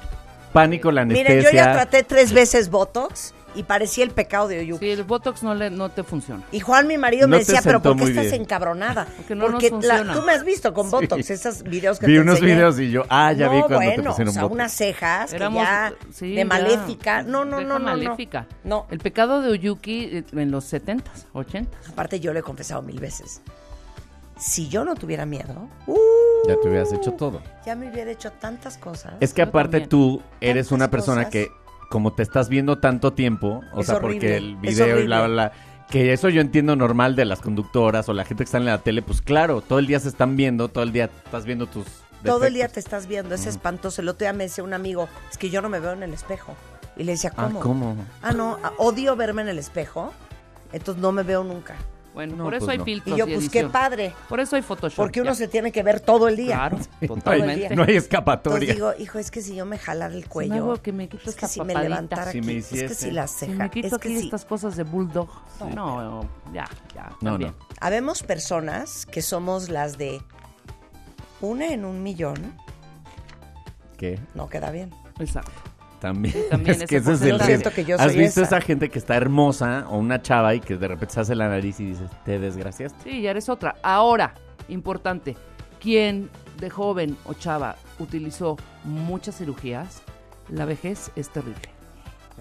[SPEAKER 7] Pánico la anestesia.
[SPEAKER 2] Miren, yo ya traté tres veces Botox y parecía el pecado de Oyuki.
[SPEAKER 6] Sí, el Botox no, le, no te funciona.
[SPEAKER 2] Y Juan, mi marido,
[SPEAKER 7] No
[SPEAKER 2] me
[SPEAKER 7] te
[SPEAKER 2] decía, pero
[SPEAKER 7] sentó
[SPEAKER 2] ¿por qué
[SPEAKER 7] muy
[SPEAKER 2] estás
[SPEAKER 7] bien".
[SPEAKER 2] encabronada?
[SPEAKER 6] Porque no nos funciona.
[SPEAKER 2] tú me has visto con Botox, esos videos que
[SPEAKER 7] Vi
[SPEAKER 2] te
[SPEAKER 7] unos
[SPEAKER 2] enseñé.
[SPEAKER 7] videos y yo, ah, ya
[SPEAKER 2] no,
[SPEAKER 7] vi cuando te
[SPEAKER 2] bueno,
[SPEAKER 7] pusieron
[SPEAKER 2] o sea,
[SPEAKER 7] botox.
[SPEAKER 2] unas cejas que
[SPEAKER 6] Éramos-
[SPEAKER 2] ya
[SPEAKER 6] sí,
[SPEAKER 2] de
[SPEAKER 6] ya.
[SPEAKER 2] maléfica. No, no,
[SPEAKER 6] Deja
[SPEAKER 2] no, no. no.
[SPEAKER 6] maléfica.
[SPEAKER 2] No.
[SPEAKER 6] El pecado de Uyuki eh, en los 70s, 80s.
[SPEAKER 2] Aparte, yo le he confesado mil veces. Si yo no tuviera miedo,
[SPEAKER 7] Ya te hubieras hecho todo.
[SPEAKER 2] ya me hubiera hecho tantas cosas.
[SPEAKER 7] Es que
[SPEAKER 6] Yo
[SPEAKER 7] aparte
[SPEAKER 6] también.
[SPEAKER 7] tú eres
[SPEAKER 2] Tantas
[SPEAKER 7] una persona
[SPEAKER 2] cosas.
[SPEAKER 7] que, como te estás viendo tanto tiempo, o
[SPEAKER 2] Es
[SPEAKER 7] sea,
[SPEAKER 2] horrible,
[SPEAKER 7] porque el
[SPEAKER 2] es
[SPEAKER 7] video y bla,
[SPEAKER 2] horrible.
[SPEAKER 7] bla, bla, que eso yo entiendo normal de las conductoras o la gente que está en la tele, pues claro, todo el día se están viendo, todo el día estás viendo tus
[SPEAKER 2] Todo el
[SPEAKER 7] defectos.
[SPEAKER 2] día te estás viendo, es espantoso. El otro día me decía un amigo, es que yo no me veo en el espejo. Y le decía,
[SPEAKER 7] Ah,
[SPEAKER 2] ¿cómo?
[SPEAKER 7] ¿cómo?
[SPEAKER 2] Ah, no, ah, odio verme en el espejo, entonces no me veo nunca.
[SPEAKER 6] Bueno,
[SPEAKER 7] No,
[SPEAKER 6] por eso
[SPEAKER 7] pues
[SPEAKER 6] hay
[SPEAKER 7] no.
[SPEAKER 6] filtros.
[SPEAKER 2] Y yo, pues qué
[SPEAKER 6] edición.
[SPEAKER 2] padre,
[SPEAKER 6] Por eso hay Photoshop.
[SPEAKER 2] porque uno
[SPEAKER 6] ya.
[SPEAKER 2] se tiene que ver todo el día.
[SPEAKER 6] Claro,
[SPEAKER 7] No hay-
[SPEAKER 2] Todo el
[SPEAKER 6] totalmente.
[SPEAKER 2] día.
[SPEAKER 7] no hay
[SPEAKER 2] Entonces
[SPEAKER 7] escapatoria.
[SPEAKER 2] digo, hijo, es que si yo me jalara el
[SPEAKER 6] me
[SPEAKER 2] cuello,
[SPEAKER 6] hago que me quito
[SPEAKER 2] es que
[SPEAKER 6] esta
[SPEAKER 2] si me
[SPEAKER 6] papadita.
[SPEAKER 2] levantara
[SPEAKER 7] Si
[SPEAKER 2] aquí,
[SPEAKER 7] me
[SPEAKER 2] es que
[SPEAKER 7] hiciese.
[SPEAKER 2] si la
[SPEAKER 6] Si
[SPEAKER 2] ceja,
[SPEAKER 6] me quito
[SPEAKER 2] es
[SPEAKER 6] aquí
[SPEAKER 2] que sí.
[SPEAKER 6] estas cosas de bulldog. No, ya, ya.
[SPEAKER 7] No,
[SPEAKER 6] también.
[SPEAKER 7] no.
[SPEAKER 2] Habemos personas que somos las de una en un millón,
[SPEAKER 7] ¿Qué?
[SPEAKER 2] no queda bien.
[SPEAKER 6] Exacto.
[SPEAKER 7] También.
[SPEAKER 6] también
[SPEAKER 7] es
[SPEAKER 6] ese
[SPEAKER 7] que ese es el
[SPEAKER 6] porcentaje. Yo
[SPEAKER 7] riesgo.
[SPEAKER 2] siento que yo
[SPEAKER 7] ¿Has
[SPEAKER 2] soy
[SPEAKER 7] visto
[SPEAKER 2] esa.
[SPEAKER 7] esa gente que está hermosa o una chava y que de repente se hace la nariz y dices, te desgraciaste?
[SPEAKER 6] Sí, ya eres otra. Ahora, importante, quien de joven o chava utilizó muchas cirugías, la vejez es terrible.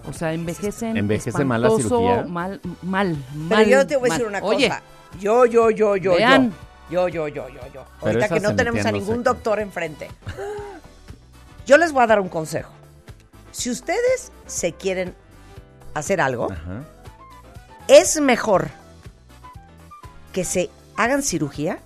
[SPEAKER 6] O sea, envejecen
[SPEAKER 7] ¿Envejece mal la
[SPEAKER 6] espantoso,
[SPEAKER 7] cirugía?
[SPEAKER 6] mal, mal,
[SPEAKER 2] Pero
[SPEAKER 6] mal,
[SPEAKER 2] yo te voy a
[SPEAKER 6] mal.
[SPEAKER 2] decir una
[SPEAKER 6] Oye,
[SPEAKER 2] cosa. Yo, yo, yo, yo,
[SPEAKER 6] Vean.
[SPEAKER 2] yo. Yo, yo, yo, yo, yo.
[SPEAKER 7] Pero
[SPEAKER 2] Ahorita
[SPEAKER 7] esa
[SPEAKER 2] que no
[SPEAKER 7] se
[SPEAKER 2] tenemos
[SPEAKER 7] metía
[SPEAKER 2] a
[SPEAKER 7] en los
[SPEAKER 2] ningún
[SPEAKER 7] secos.
[SPEAKER 2] doctor enfrente. Yo les voy a dar un consejo. Si ustedes se quieren hacer algo,
[SPEAKER 7] Ajá.
[SPEAKER 2] es mejor que se hagan cirugía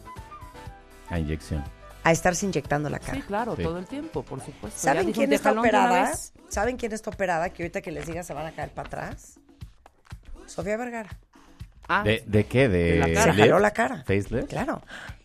[SPEAKER 7] A inyección.
[SPEAKER 2] a estarse inyectando la cara.
[SPEAKER 6] sí, claro,
[SPEAKER 7] Sí.
[SPEAKER 6] todo el tiempo, por supuesto. Ya
[SPEAKER 2] ¿Saben
[SPEAKER 6] dijo,
[SPEAKER 2] quién está
[SPEAKER 6] "Déjalo de una
[SPEAKER 2] operada?
[SPEAKER 6] vez".
[SPEAKER 2] ¿Saben quién está operada? Que ahorita que les diga se van a caer para atrás. Sofía Vergara.
[SPEAKER 6] Ah,
[SPEAKER 7] ¿De, de qué? ¿De,
[SPEAKER 6] De la cara.
[SPEAKER 2] Se
[SPEAKER 7] lift?
[SPEAKER 2] jaló la cara.
[SPEAKER 7] Eh, ¿Facelift?
[SPEAKER 2] Claro.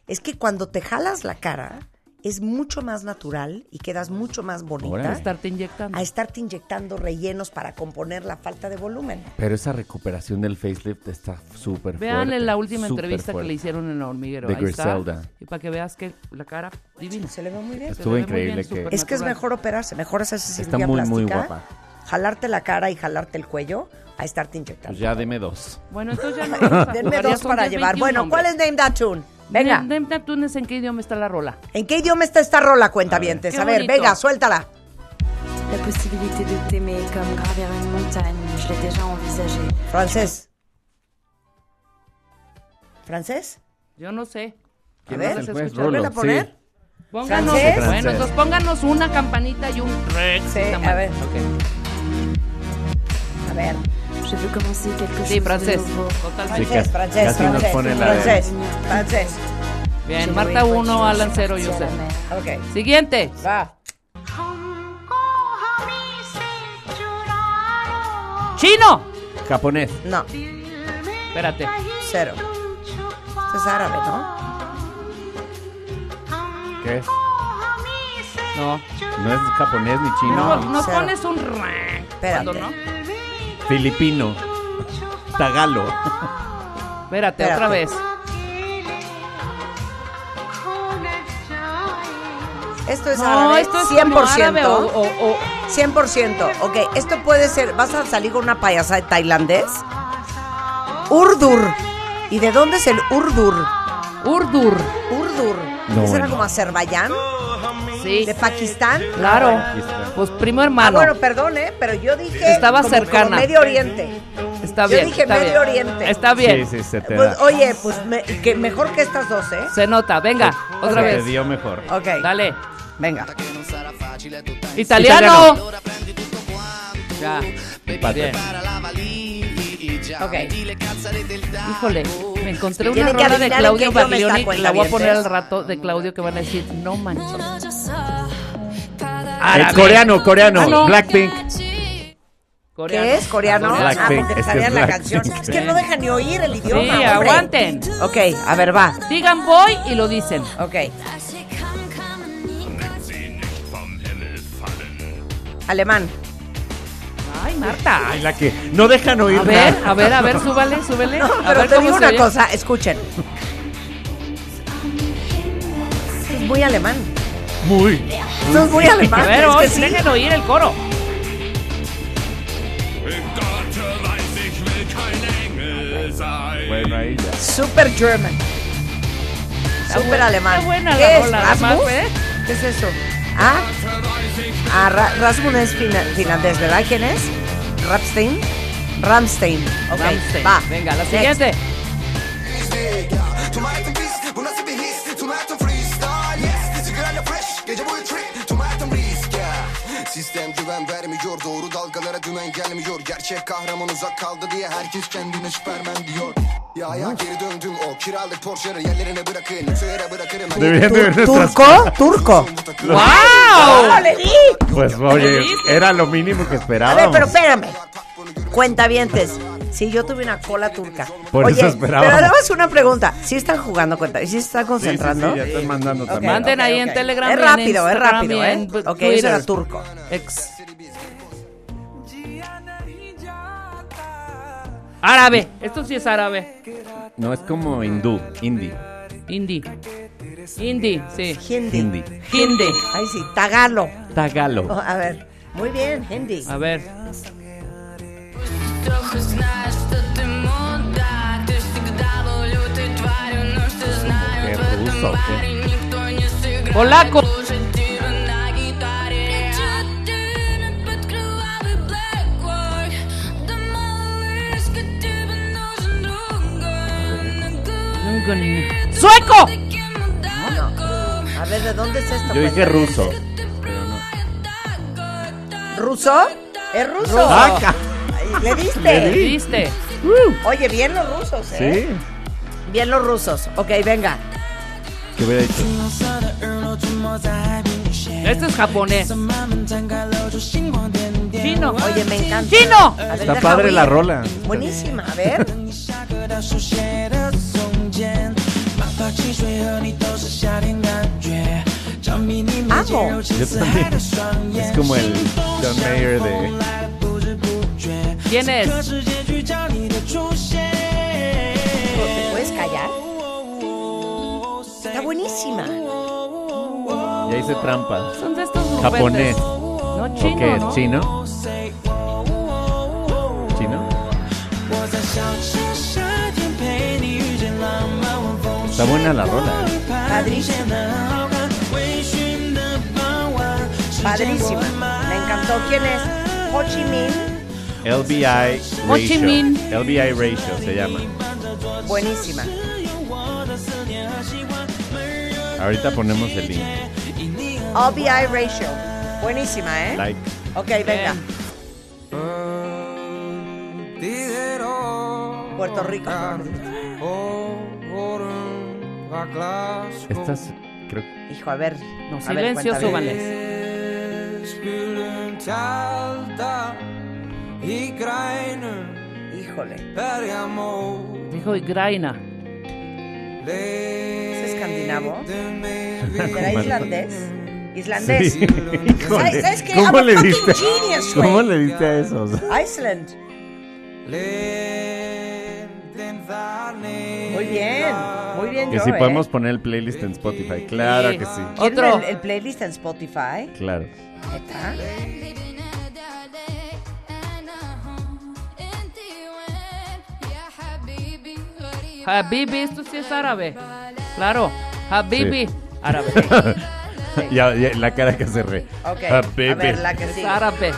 [SPEAKER 2] Es que cuando te jalas la cara es mucho más natural y quedas mucho más bonita
[SPEAKER 7] Órale.
[SPEAKER 6] estarte inyectando.
[SPEAKER 2] a estarte inyectando rellenos para componer la falta de volumen.
[SPEAKER 7] Pero esa recuperación del facelift está súper fuerte.
[SPEAKER 6] Vean en la última
[SPEAKER 7] súper
[SPEAKER 6] entrevista que
[SPEAKER 7] fuerte.
[SPEAKER 6] le hicieron en la hormiguero.
[SPEAKER 7] De
[SPEAKER 6] Ahí está.
[SPEAKER 7] Griselda.
[SPEAKER 6] Y para que veas que la cara divina.
[SPEAKER 2] Se le ve muy bien.
[SPEAKER 6] Se
[SPEAKER 7] Estuvo
[SPEAKER 6] le ve muy
[SPEAKER 7] increíble
[SPEAKER 6] bien,
[SPEAKER 7] que-
[SPEAKER 6] súper
[SPEAKER 2] Es que es
[SPEAKER 6] natural.
[SPEAKER 2] mejor operarse, mejor hacerse
[SPEAKER 7] Está
[SPEAKER 2] cirugía
[SPEAKER 7] muy,
[SPEAKER 2] plástica,
[SPEAKER 7] muy guapa.
[SPEAKER 2] jalarte la cara y jalarte el cuello a estarte
[SPEAKER 7] Pues
[SPEAKER 2] inyectando.
[SPEAKER 7] ya deme dos.
[SPEAKER 6] Bueno, entonces ya no vamos a
[SPEAKER 2] Denme
[SPEAKER 6] jugar, ya
[SPEAKER 2] dos
[SPEAKER 6] son
[SPEAKER 2] para
[SPEAKER 6] 10,
[SPEAKER 2] llevar.
[SPEAKER 6] 21,
[SPEAKER 2] Bueno, ¿cuál
[SPEAKER 6] hombre.
[SPEAKER 2] es Name That Tune? Venga,
[SPEAKER 6] Dem- Dem Neptunes, ¿en qué idioma está la rola?
[SPEAKER 2] ¿en qué idioma está esta rola, cuentavientes?
[SPEAKER 6] Qué
[SPEAKER 2] A ver,
[SPEAKER 6] bonito.
[SPEAKER 2] venga, suéltala.
[SPEAKER 8] La possibilité de t'aimer comme gravir une montagne, je l'ai déjà envisagée.
[SPEAKER 2] Francés. ¿Francés?
[SPEAKER 6] Yo no
[SPEAKER 2] A
[SPEAKER 6] sé.
[SPEAKER 7] ¿Quién
[SPEAKER 2] ver,
[SPEAKER 7] es el
[SPEAKER 2] ¿se
[SPEAKER 7] juez?
[SPEAKER 2] escucha?
[SPEAKER 7] Rolo,
[SPEAKER 2] ¿Vuelve a poner?
[SPEAKER 7] sí.
[SPEAKER 6] Pónganos,
[SPEAKER 2] ¿Francés?
[SPEAKER 6] bueno,
[SPEAKER 7] Francés.
[SPEAKER 6] entonces pónganos una campanita y un rex.
[SPEAKER 2] Sí,
[SPEAKER 6] está mal.
[SPEAKER 2] a ver.
[SPEAKER 6] Ok.
[SPEAKER 2] A ver.
[SPEAKER 8] Je veux commencer quelque chose
[SPEAKER 6] Sí,
[SPEAKER 8] de
[SPEAKER 6] francés.
[SPEAKER 8] nouveau.
[SPEAKER 6] Totalmente.
[SPEAKER 7] Sí, casi-
[SPEAKER 2] Francés, francés,
[SPEAKER 7] casi nos
[SPEAKER 2] francés,
[SPEAKER 7] pone la de-
[SPEAKER 2] francés, francés.
[SPEAKER 8] J'ai
[SPEAKER 6] Bien, Marta
[SPEAKER 8] loué une
[SPEAKER 6] 1,
[SPEAKER 8] voiture,
[SPEAKER 6] Alan
[SPEAKER 8] je suis
[SPEAKER 6] 0,
[SPEAKER 8] partie
[SPEAKER 6] yo
[SPEAKER 8] à
[SPEAKER 6] sé.
[SPEAKER 8] la mer.
[SPEAKER 2] Ok,
[SPEAKER 6] Siguiente.
[SPEAKER 2] va.
[SPEAKER 6] Chino.
[SPEAKER 7] Japonés.
[SPEAKER 2] No,
[SPEAKER 6] Espérate.
[SPEAKER 2] cero. Esto es árabe, ¿no?
[SPEAKER 7] ¿Qué es?
[SPEAKER 6] No.
[SPEAKER 7] No es japonés ni chino.
[SPEAKER 6] No, nos
[SPEAKER 2] cero.
[SPEAKER 6] pones un rex.
[SPEAKER 2] Espérate.
[SPEAKER 6] cuando no.
[SPEAKER 7] Filipino. Tagalo.
[SPEAKER 6] Espérate,
[SPEAKER 2] Espérate.
[SPEAKER 6] otra vez.
[SPEAKER 2] Esto es
[SPEAKER 6] No,
[SPEAKER 2] árabe.
[SPEAKER 6] esto es
[SPEAKER 2] 100%.
[SPEAKER 6] como árabe o- o- o-
[SPEAKER 2] 100%. Ok, esto puede ser. ¿Vas a salir con una payasa de tailandés? Urdur. ¿Y de dónde es el Urdur?
[SPEAKER 6] Urdur.
[SPEAKER 2] Urdur.
[SPEAKER 7] No,
[SPEAKER 2] ¿Eso era
[SPEAKER 7] bueno.
[SPEAKER 2] como Azerbaiyán?
[SPEAKER 6] Sí.
[SPEAKER 2] ¿De Pakistán?
[SPEAKER 6] Claro.
[SPEAKER 7] Aquí está.
[SPEAKER 6] Pues primo
[SPEAKER 2] Ah,
[SPEAKER 6] hermano.
[SPEAKER 2] bueno, perdón, ¿eh? Pero yo dije.
[SPEAKER 6] Estaba
[SPEAKER 2] como-
[SPEAKER 6] cercana.
[SPEAKER 2] como Medio Oriente.
[SPEAKER 6] Está
[SPEAKER 2] yo
[SPEAKER 6] bien.
[SPEAKER 2] dije
[SPEAKER 6] está
[SPEAKER 2] Medio
[SPEAKER 6] bien.
[SPEAKER 2] Oriente.
[SPEAKER 6] Está bien.
[SPEAKER 7] Sí, sí, se te
[SPEAKER 2] Pues,
[SPEAKER 7] da.
[SPEAKER 2] oye, pues me- que mejor que estas dos, ¿eh?
[SPEAKER 6] Se nota. Venga, otra
[SPEAKER 7] se
[SPEAKER 6] vez.
[SPEAKER 7] te dio mejor.
[SPEAKER 2] Ok.
[SPEAKER 6] Dale.
[SPEAKER 2] Venga.
[SPEAKER 6] Italiano. Ya.
[SPEAKER 7] Empate.
[SPEAKER 6] Bien.
[SPEAKER 2] Ok.
[SPEAKER 6] Híjole, me encontré una
[SPEAKER 2] Tienen que
[SPEAKER 6] rola de
[SPEAKER 2] adivinar en
[SPEAKER 6] Claudio
[SPEAKER 2] qué idioma está,
[SPEAKER 6] Baglioni que la voy a poner al
[SPEAKER 2] cuentavientes.
[SPEAKER 6] rato de Claudio que van a decir, no manches.
[SPEAKER 7] Eh, coreano, coreano.
[SPEAKER 6] Ah, no.
[SPEAKER 7] Blackpink.
[SPEAKER 6] Coreano.
[SPEAKER 2] ¿Qué es? ¿Coreano?
[SPEAKER 7] Blackpink,
[SPEAKER 2] Ah, porque
[SPEAKER 7] es que es
[SPEAKER 2] sabían la
[SPEAKER 7] Blackpink.
[SPEAKER 2] canción. Es que no dejan ni oír el
[SPEAKER 6] Sí,
[SPEAKER 2] idioma. hombre.
[SPEAKER 6] aguanten.
[SPEAKER 2] Ok, a ver, va.
[SPEAKER 6] Digan voy y lo dicen.
[SPEAKER 2] Ok. Alemán.
[SPEAKER 6] Ay, Marta.
[SPEAKER 7] Ay, la que no dejan oír
[SPEAKER 6] A ver,
[SPEAKER 7] nada.
[SPEAKER 6] a ver, a ver, súbale, súbele.
[SPEAKER 2] No,
[SPEAKER 6] a
[SPEAKER 2] pero
[SPEAKER 6] ver
[SPEAKER 2] te digo
[SPEAKER 6] se
[SPEAKER 2] una
[SPEAKER 6] oye.
[SPEAKER 2] cosa, escuchen. Esto es muy alemán.
[SPEAKER 7] Muy.
[SPEAKER 2] Esto es muy alemán.
[SPEAKER 6] A ver,
[SPEAKER 2] es
[SPEAKER 6] oye,
[SPEAKER 2] que sí.
[SPEAKER 6] dejen oír el coro.
[SPEAKER 7] Bueno, ahí ya.
[SPEAKER 2] Super German. Super alemán.
[SPEAKER 6] Está buena
[SPEAKER 2] ¿Qué
[SPEAKER 6] la
[SPEAKER 2] es?
[SPEAKER 6] rola,
[SPEAKER 2] ¿Rasmus?
[SPEAKER 6] además, ¿eh?
[SPEAKER 2] ¿Qué es eso? Ah, ah, Ra- Rasmus es fina- finlandés, ¿verdad? ¿Quién es? Rapstein. Ramstein. Ok,
[SPEAKER 6] Ramstein.
[SPEAKER 2] va.
[SPEAKER 6] eh. Venga, la
[SPEAKER 2] Next.
[SPEAKER 6] siguiente.
[SPEAKER 9] Sistem güven vermiyor Doğru dalgalara dümen gelmiyor Gerçek kahraman uzak kaldı diye Herkes kendine süpermen diyor Ya ya geri döndüm o kiralık Porsche'ları yerlerine bırakın. Fıra bırakırım. hani
[SPEAKER 7] Deberían de ver nuestras-
[SPEAKER 2] ¿Turco? ¿Turco?
[SPEAKER 6] Oh.
[SPEAKER 2] ¡Wow! ¡Le di!
[SPEAKER 7] Pues oye, era lo mínimo que
[SPEAKER 2] A ver,
[SPEAKER 7] esperábamos.
[SPEAKER 2] pero espérame. Cuentavientes. Sí, yo tuve una cola turca.
[SPEAKER 7] Por
[SPEAKER 2] Oye,
[SPEAKER 7] eso esperábamos.
[SPEAKER 2] Pero además una pregunta. ¿Sí están jugando cuenta? ¿Sí se están
[SPEAKER 7] Sí, sí, sí,
[SPEAKER 2] concentrando?
[SPEAKER 7] ya están mandando
[SPEAKER 2] Ok,
[SPEAKER 7] también.
[SPEAKER 6] Manden
[SPEAKER 2] ok,
[SPEAKER 6] ahí en
[SPEAKER 2] ok.
[SPEAKER 6] Telegram.
[SPEAKER 2] Es
[SPEAKER 6] y en
[SPEAKER 2] rápido, es
[SPEAKER 6] Instagram
[SPEAKER 2] rápido,
[SPEAKER 6] y
[SPEAKER 2] ¿eh?
[SPEAKER 6] en
[SPEAKER 2] Ok,
[SPEAKER 6] Twitter.
[SPEAKER 2] eso era turco.
[SPEAKER 6] Ex. Árabe. Esto sí es árabe.
[SPEAKER 7] No, es como hindú, hindi,
[SPEAKER 6] Hindi. Hindi, sí.
[SPEAKER 2] Hindi.
[SPEAKER 7] hindi.
[SPEAKER 6] Hindi.
[SPEAKER 2] Ay, sí, tagalo. Oh,
[SPEAKER 7] Tagalo.
[SPEAKER 2] a ver. Muy bien, hindi.
[SPEAKER 6] A ver.
[SPEAKER 5] Трохи знаешь, что ты мудак Ты ж всегда был лютой тварью, но что знают
[SPEAKER 7] Qué
[SPEAKER 5] в этом
[SPEAKER 7] ruso,
[SPEAKER 5] баре Никто не сыграет
[SPEAKER 6] Polaco.
[SPEAKER 5] Слушать тебя на гитаре
[SPEAKER 6] ¡Sueco!
[SPEAKER 2] A ver, ¿de dónde es esto?
[SPEAKER 7] Yo
[SPEAKER 2] pues?
[SPEAKER 7] dije ruso.
[SPEAKER 2] ¿Ruso? ¿Es ruso?
[SPEAKER 7] ¡Vaca!
[SPEAKER 2] Ay, ¿Le diste?
[SPEAKER 7] Ah, Le di.
[SPEAKER 6] ¿Viste?
[SPEAKER 2] Oye, bien los rusos,
[SPEAKER 7] Sí.
[SPEAKER 2] ¿eh? Bien los rusos. Ok, venga.
[SPEAKER 7] ¿Qué hubiera dicho?
[SPEAKER 6] Este es japonés. Chino.
[SPEAKER 2] Oye, me encanta.
[SPEAKER 6] ¡Chino!
[SPEAKER 2] A ver,
[SPEAKER 7] Está
[SPEAKER 2] deja
[SPEAKER 7] padre
[SPEAKER 2] oír.
[SPEAKER 7] la rola.
[SPEAKER 2] Buenísima, a ver. Amo.
[SPEAKER 7] Yo también. Es como el John Mayer de.
[SPEAKER 6] ¿Quién es?
[SPEAKER 2] ¿Te puedes callar? Está buenísima.
[SPEAKER 7] Ya hice trampas.
[SPEAKER 6] Son de estos grupetes.
[SPEAKER 7] Japonés.
[SPEAKER 6] No,
[SPEAKER 7] ¿O
[SPEAKER 6] chino,
[SPEAKER 7] qué es?
[SPEAKER 6] ¿no?
[SPEAKER 7] ¿Chino? ¿Chino? Está buena la rola. ¿eh?
[SPEAKER 2] Padrísima. Padrísima. Me encantó. ¿Quién es? Ho Chi Minh.
[SPEAKER 7] LBI
[SPEAKER 6] Ho Chi Minh.
[SPEAKER 7] Ratio. LBI Ratio se llama.
[SPEAKER 2] Buenísima.
[SPEAKER 7] Ahorita ponemos el link.
[SPEAKER 2] OBI Ratio. Buenísima, ¿eh?
[SPEAKER 7] Like.
[SPEAKER 2] Ok, venga. Puerto Rico.
[SPEAKER 7] Estas, creo que.
[SPEAKER 2] Hijo, a ver.
[SPEAKER 6] No,
[SPEAKER 2] a ver,
[SPEAKER 6] silencio,
[SPEAKER 2] cuéntame.
[SPEAKER 6] súbanles.
[SPEAKER 2] Híjole.
[SPEAKER 6] Dijo Igraina.
[SPEAKER 2] ¿Es escandinavo? ¿Era islandés? Islandés.
[SPEAKER 7] Sí. Híjole.
[SPEAKER 2] ¿Sabes- sabes qué?
[SPEAKER 7] ¿Cómo
[SPEAKER 2] I'm a
[SPEAKER 7] le
[SPEAKER 2] fucking
[SPEAKER 7] diste?
[SPEAKER 2] genius, güey.
[SPEAKER 7] ¿Cómo le diste a esos?
[SPEAKER 2] Iceland. Muy bien, muy bien.
[SPEAKER 7] Que
[SPEAKER 2] yo,
[SPEAKER 7] si
[SPEAKER 2] ¿eh?
[SPEAKER 7] podemos poner el playlist en Spotify. Claro
[SPEAKER 6] Sí.
[SPEAKER 7] que sí.
[SPEAKER 2] ¿Quieren
[SPEAKER 6] Otro.
[SPEAKER 2] El, el playlist en Spotify.
[SPEAKER 7] Claro.
[SPEAKER 2] ¿Neta?
[SPEAKER 6] Habibi, esto sí es árabe. Claro. Habibi.
[SPEAKER 7] Sí.
[SPEAKER 6] Árabe.
[SPEAKER 7] ya, ya, la cara que cerré.
[SPEAKER 2] Ok.
[SPEAKER 7] Ah,
[SPEAKER 2] a
[SPEAKER 7] baby.
[SPEAKER 2] ver, la que
[SPEAKER 6] Es
[SPEAKER 2] sigue.
[SPEAKER 6] árabe.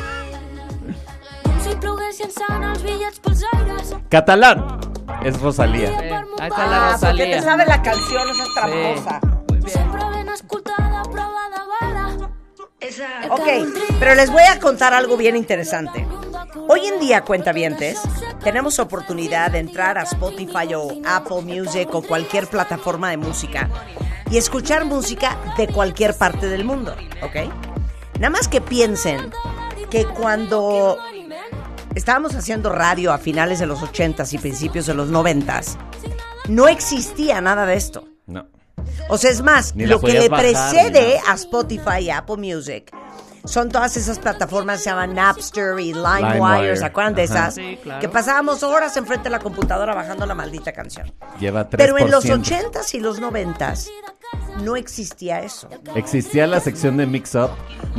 [SPEAKER 7] Catalán. Es Rosalía.
[SPEAKER 6] Eh, ahí está la
[SPEAKER 2] Ah, porque te
[SPEAKER 6] Rosalía.
[SPEAKER 2] sabe la canción, esa es tramposa.
[SPEAKER 8] Esa.
[SPEAKER 2] Ok, pero les voy a contar algo bien interesante. Hoy en día, cuentavientes, tenemos oportunidad de entrar a Spotify o Apple Music o cualquier plataforma de música y escuchar música de cualquier parte del mundo, ¿ok? Nada más que piensen que cuando estábamos haciendo radio a finales de los 80s y principios de los 90s, no existía nada de esto.
[SPEAKER 7] No.
[SPEAKER 2] O sea, es más,
[SPEAKER 7] Ni la
[SPEAKER 2] lo que
[SPEAKER 7] podías
[SPEAKER 2] le
[SPEAKER 7] bajar, ni
[SPEAKER 2] precede
[SPEAKER 7] nada.
[SPEAKER 2] a Spotify y Apple Music son todas esas plataformas que se llaman Napster y LimeWire,
[SPEAKER 7] LimeWire,
[SPEAKER 2] ¿se acuerdan de
[SPEAKER 7] ajá.
[SPEAKER 2] esas?
[SPEAKER 6] Sí, claro.
[SPEAKER 2] Que pasábamos horas enfrente de la computadora bajando la maldita canción.
[SPEAKER 7] Lleva 3%.
[SPEAKER 2] Pero en los 80s y los 90s no existía eso.
[SPEAKER 7] Existía la sección de Mix Up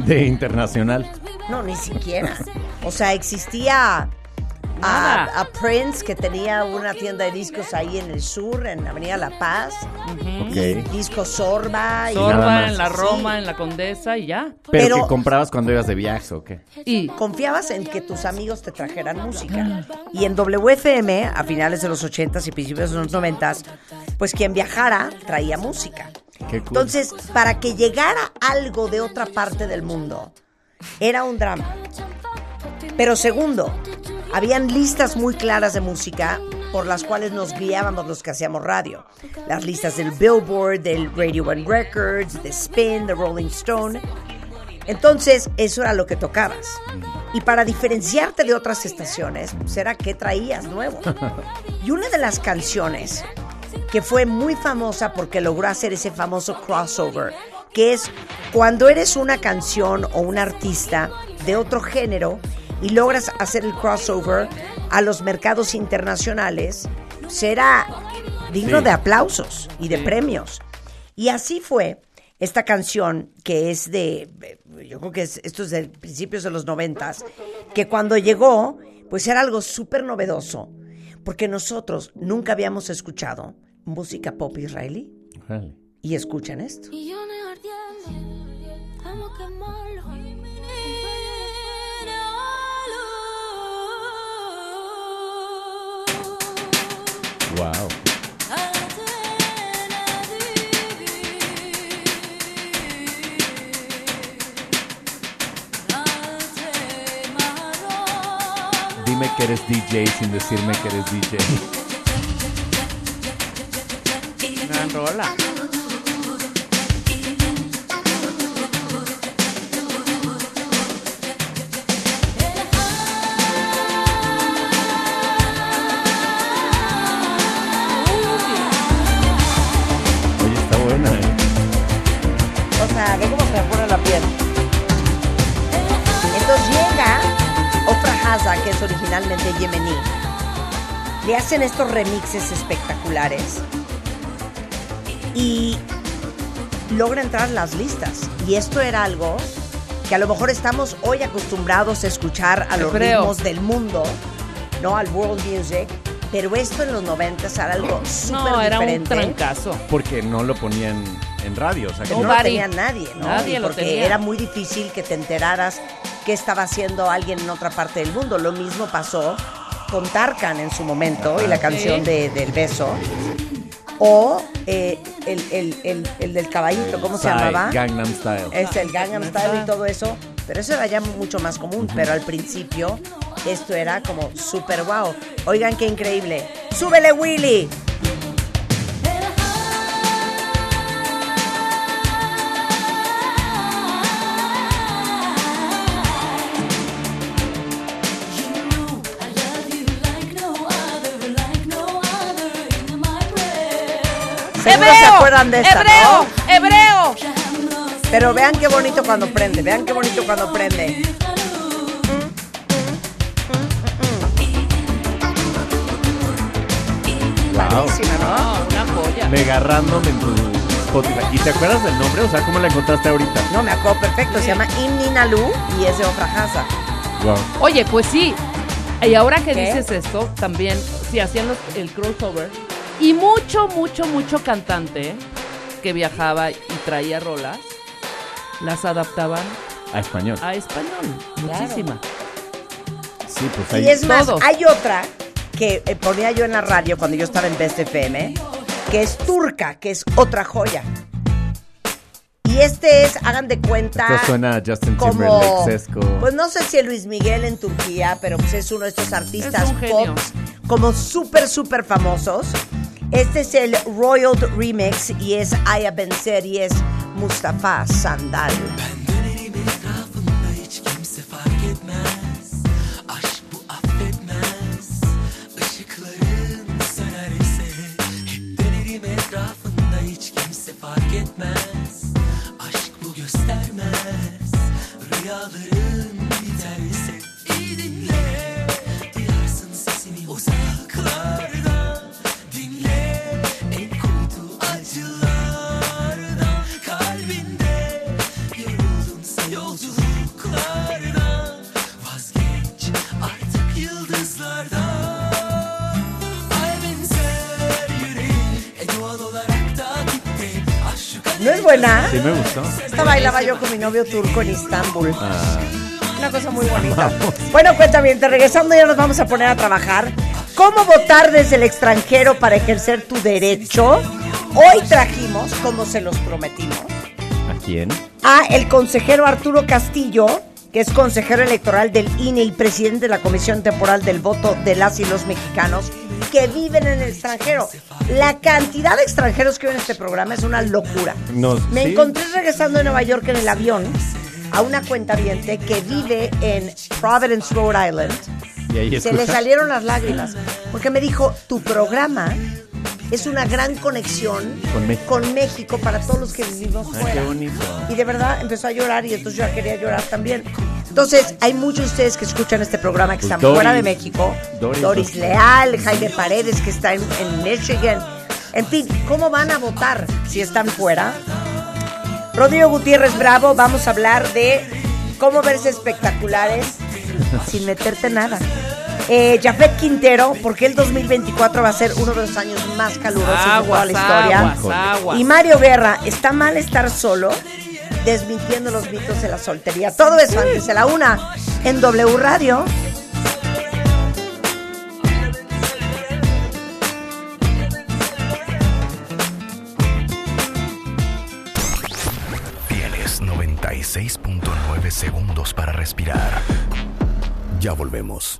[SPEAKER 7] de Internacional.
[SPEAKER 2] No, ni siquiera. O sea, existía a,
[SPEAKER 6] Nada.
[SPEAKER 2] a Prince que tenía una tienda de discos ahí en el sur, en Avenida La Paz.
[SPEAKER 7] Ok.
[SPEAKER 2] Disco Sorba. y-
[SPEAKER 7] nada
[SPEAKER 6] Sorba
[SPEAKER 7] más.
[SPEAKER 6] en la Roma, en la Condesa y ya.
[SPEAKER 7] Pero,
[SPEAKER 2] Pero-
[SPEAKER 7] que comprabas cuando ibas de viaje o qué.
[SPEAKER 6] Y
[SPEAKER 2] Confiabas en que tus amigos te trajeran música. Y en WFM, a finales de los 80s y principios de los 90s, pues quien viajara traía música.
[SPEAKER 7] Qué cool.
[SPEAKER 2] Entonces, para que llegara algo de otra parte del mundo, era un drama. Pero segundo, habían listas muy claras de música por las cuales nos guiábamos los que hacíamos radio. Las listas del Billboard, del Radio One Records, de Spin, de Rolling Stone. Entonces, eso era lo que tocabas. Y para diferenciarte de otras estaciones, pues era qué traías nuevo. Y una de las canciones que fue muy famosa porque logró hacer ese famoso crossover, que es cuando eres una canción o un artista de otro género y logras hacer el crossover a los mercados internacionales, será digno
[SPEAKER 7] Sí.
[SPEAKER 2] de aplausos y de
[SPEAKER 7] Sí.
[SPEAKER 2] premios. Y así fue esta canción que es de, eh, yo creo que es, esto es de principios de los noventas, que cuando llegó, pues era algo súper novedoso, porque nosotros nunca habíamos escuchado música pop israelí.
[SPEAKER 7] Órale.
[SPEAKER 2] Y escuchen esto.
[SPEAKER 5] Millones ardiendo, vamos a quemarlo. Incineralo.
[SPEAKER 7] Wow. Dime que eres DJ sin decirme que eres DJ.
[SPEAKER 6] Gran rola.
[SPEAKER 7] Oye, está buena, ¿eh?
[SPEAKER 2] O sea, ve cómo se me pone la piel. Entonces llega Ofra Haza, que es originalmente yemení. Le hacen estos remixes espectaculares y logra entrar en las listas. Y esto era algo que a lo mejor estamos hoy acostumbrados a escuchar a
[SPEAKER 6] Yo
[SPEAKER 2] los
[SPEAKER 6] creo.
[SPEAKER 2] ritmos del mundo, ¿no? Al world music. Pero esto en los 90 era algo súper
[SPEAKER 6] No, era un
[SPEAKER 2] diferente.
[SPEAKER 6] trancazo.
[SPEAKER 7] Porque no lo ponían en radio. O sea, que
[SPEAKER 2] no
[SPEAKER 7] no-
[SPEAKER 2] lo
[SPEAKER 6] Nobody.
[SPEAKER 2] tenía nadie, ¿no?
[SPEAKER 6] Nadie
[SPEAKER 2] Y
[SPEAKER 6] lo
[SPEAKER 2] porque
[SPEAKER 6] tenía.
[SPEAKER 2] era muy difícil que te enteraras qué estaba haciendo alguien en otra parte del mundo. Lo mismo pasó con Tarkan en su momento y la canción
[SPEAKER 6] Sí.
[SPEAKER 2] de- del beso. O eh, el, el- el- el del caballito, ¿cómo se
[SPEAKER 7] Style,
[SPEAKER 2] llamaba?
[SPEAKER 7] Gangnam Style.
[SPEAKER 2] Es el Gangnam Style y todo eso. Pero eso era ya mucho más común. Pero al principio esto era como súper wow. Oigan qué increíble. ¡Súbele, Willy! Seguro se acuerdan de esta,
[SPEAKER 6] ¡Hebreo!
[SPEAKER 2] ¿no?
[SPEAKER 6] ¡Hebreo!
[SPEAKER 2] Pero vean qué bonito cuando prende, vean qué bonito cuando prende.
[SPEAKER 7] Wow.
[SPEAKER 2] Buenísima, ¿no?
[SPEAKER 6] No, una joya.
[SPEAKER 7] Mega random en tu Spotify. ¿Y te acuerdas del nombre? O sea, ¿cómo la encontraste ahorita?
[SPEAKER 2] No, me acuerdo perfecto. Se llama Imninalu y es de Ofra Haza.
[SPEAKER 7] Wow.
[SPEAKER 6] Oye, pues sí. Y ahora que
[SPEAKER 2] ¿Qué?
[SPEAKER 6] dices esto, también, si hacían los- el crossover. Y mucho, mucho, mucho cantante que viajaba y traía rolas, las adaptaban
[SPEAKER 7] A español.
[SPEAKER 6] a español. Muchísima.
[SPEAKER 7] Sí, pues ahí.
[SPEAKER 2] Y es más,
[SPEAKER 6] Todo.
[SPEAKER 2] hay otra que eh, ponía yo en la radio cuando yo estaba en Best FM, que es turca, que es otra joya. Y este es, hagan de cuenta.
[SPEAKER 7] Esto suena a Justin
[SPEAKER 2] como
[SPEAKER 7] Timberlake, Sesco.
[SPEAKER 2] pues no sé si es Luis Miguel en Turquía, pero pues es uno de estos artistas
[SPEAKER 6] Es un genio.
[SPEAKER 2] pop como súper súper famosos. Este es el Royal Remix y es Aya Benzer y es Mustafa Sandal. ¿No es buena?
[SPEAKER 7] Sí, me gustó. Ah.
[SPEAKER 2] Esta bailaba yo con mi novio turco en Istambul. Una cosa muy bonita. Bueno, cuéntame, te regresando ya nos vamos a poner a trabajar. ¿Cómo votar desde el extranjero para ejercer tu derecho? Hoy trajimos, como se los prometimos,
[SPEAKER 7] ¿A quién?
[SPEAKER 2] a el consejero Arturo Castillo, que es consejero electoral del INE y presidente de la Comisión Temporal del Voto de las y los mexicanos que viven en el extranjero. La cantidad de extranjeros que ven este programa es una locura.
[SPEAKER 7] No,
[SPEAKER 2] Me
[SPEAKER 7] sí.
[SPEAKER 2] encontré regresando de Nueva York en el avión a una cuenta que vive en Providence, Rhode Island.
[SPEAKER 7] Y ahí
[SPEAKER 2] Se le
[SPEAKER 7] escucha.
[SPEAKER 2] salieron las lágrimas porque me dijo, tu programa es una gran conexión
[SPEAKER 7] Con México.
[SPEAKER 2] México para todos los que vivimos
[SPEAKER 7] Ay,
[SPEAKER 2] fuera.
[SPEAKER 7] qué bonito.
[SPEAKER 2] Y de verdad empezó a llorar y entonces yo ya quería llorar también. Entonces, hay muchos de ustedes que escuchan este programa que
[SPEAKER 7] Pues
[SPEAKER 2] están
[SPEAKER 7] Doris,
[SPEAKER 2] fuera de México. Doris,
[SPEAKER 7] Doris. pues,
[SPEAKER 2] Leal, Jaime Paredes que está en, en Michigan. En fin, ¿cómo van a votar si están fuera? Rodrigo Gutiérrez Bravo, vamos a hablar de cómo verse espectaculares sin meterte nada. Eh, Jafet Quintero, porque el 2024 va a ser uno de los años más calurosos de toda la
[SPEAKER 6] Aguas,
[SPEAKER 2] historia.
[SPEAKER 6] aguas, aguas.
[SPEAKER 2] Y Mario Guerra, ¿está mal estar solo? Desmintiendo los mitos de la soltería. Todo eso antes de la una en W Radio.
[SPEAKER 1] Tienes 96.9 segundos para respirar. Ya volvemos.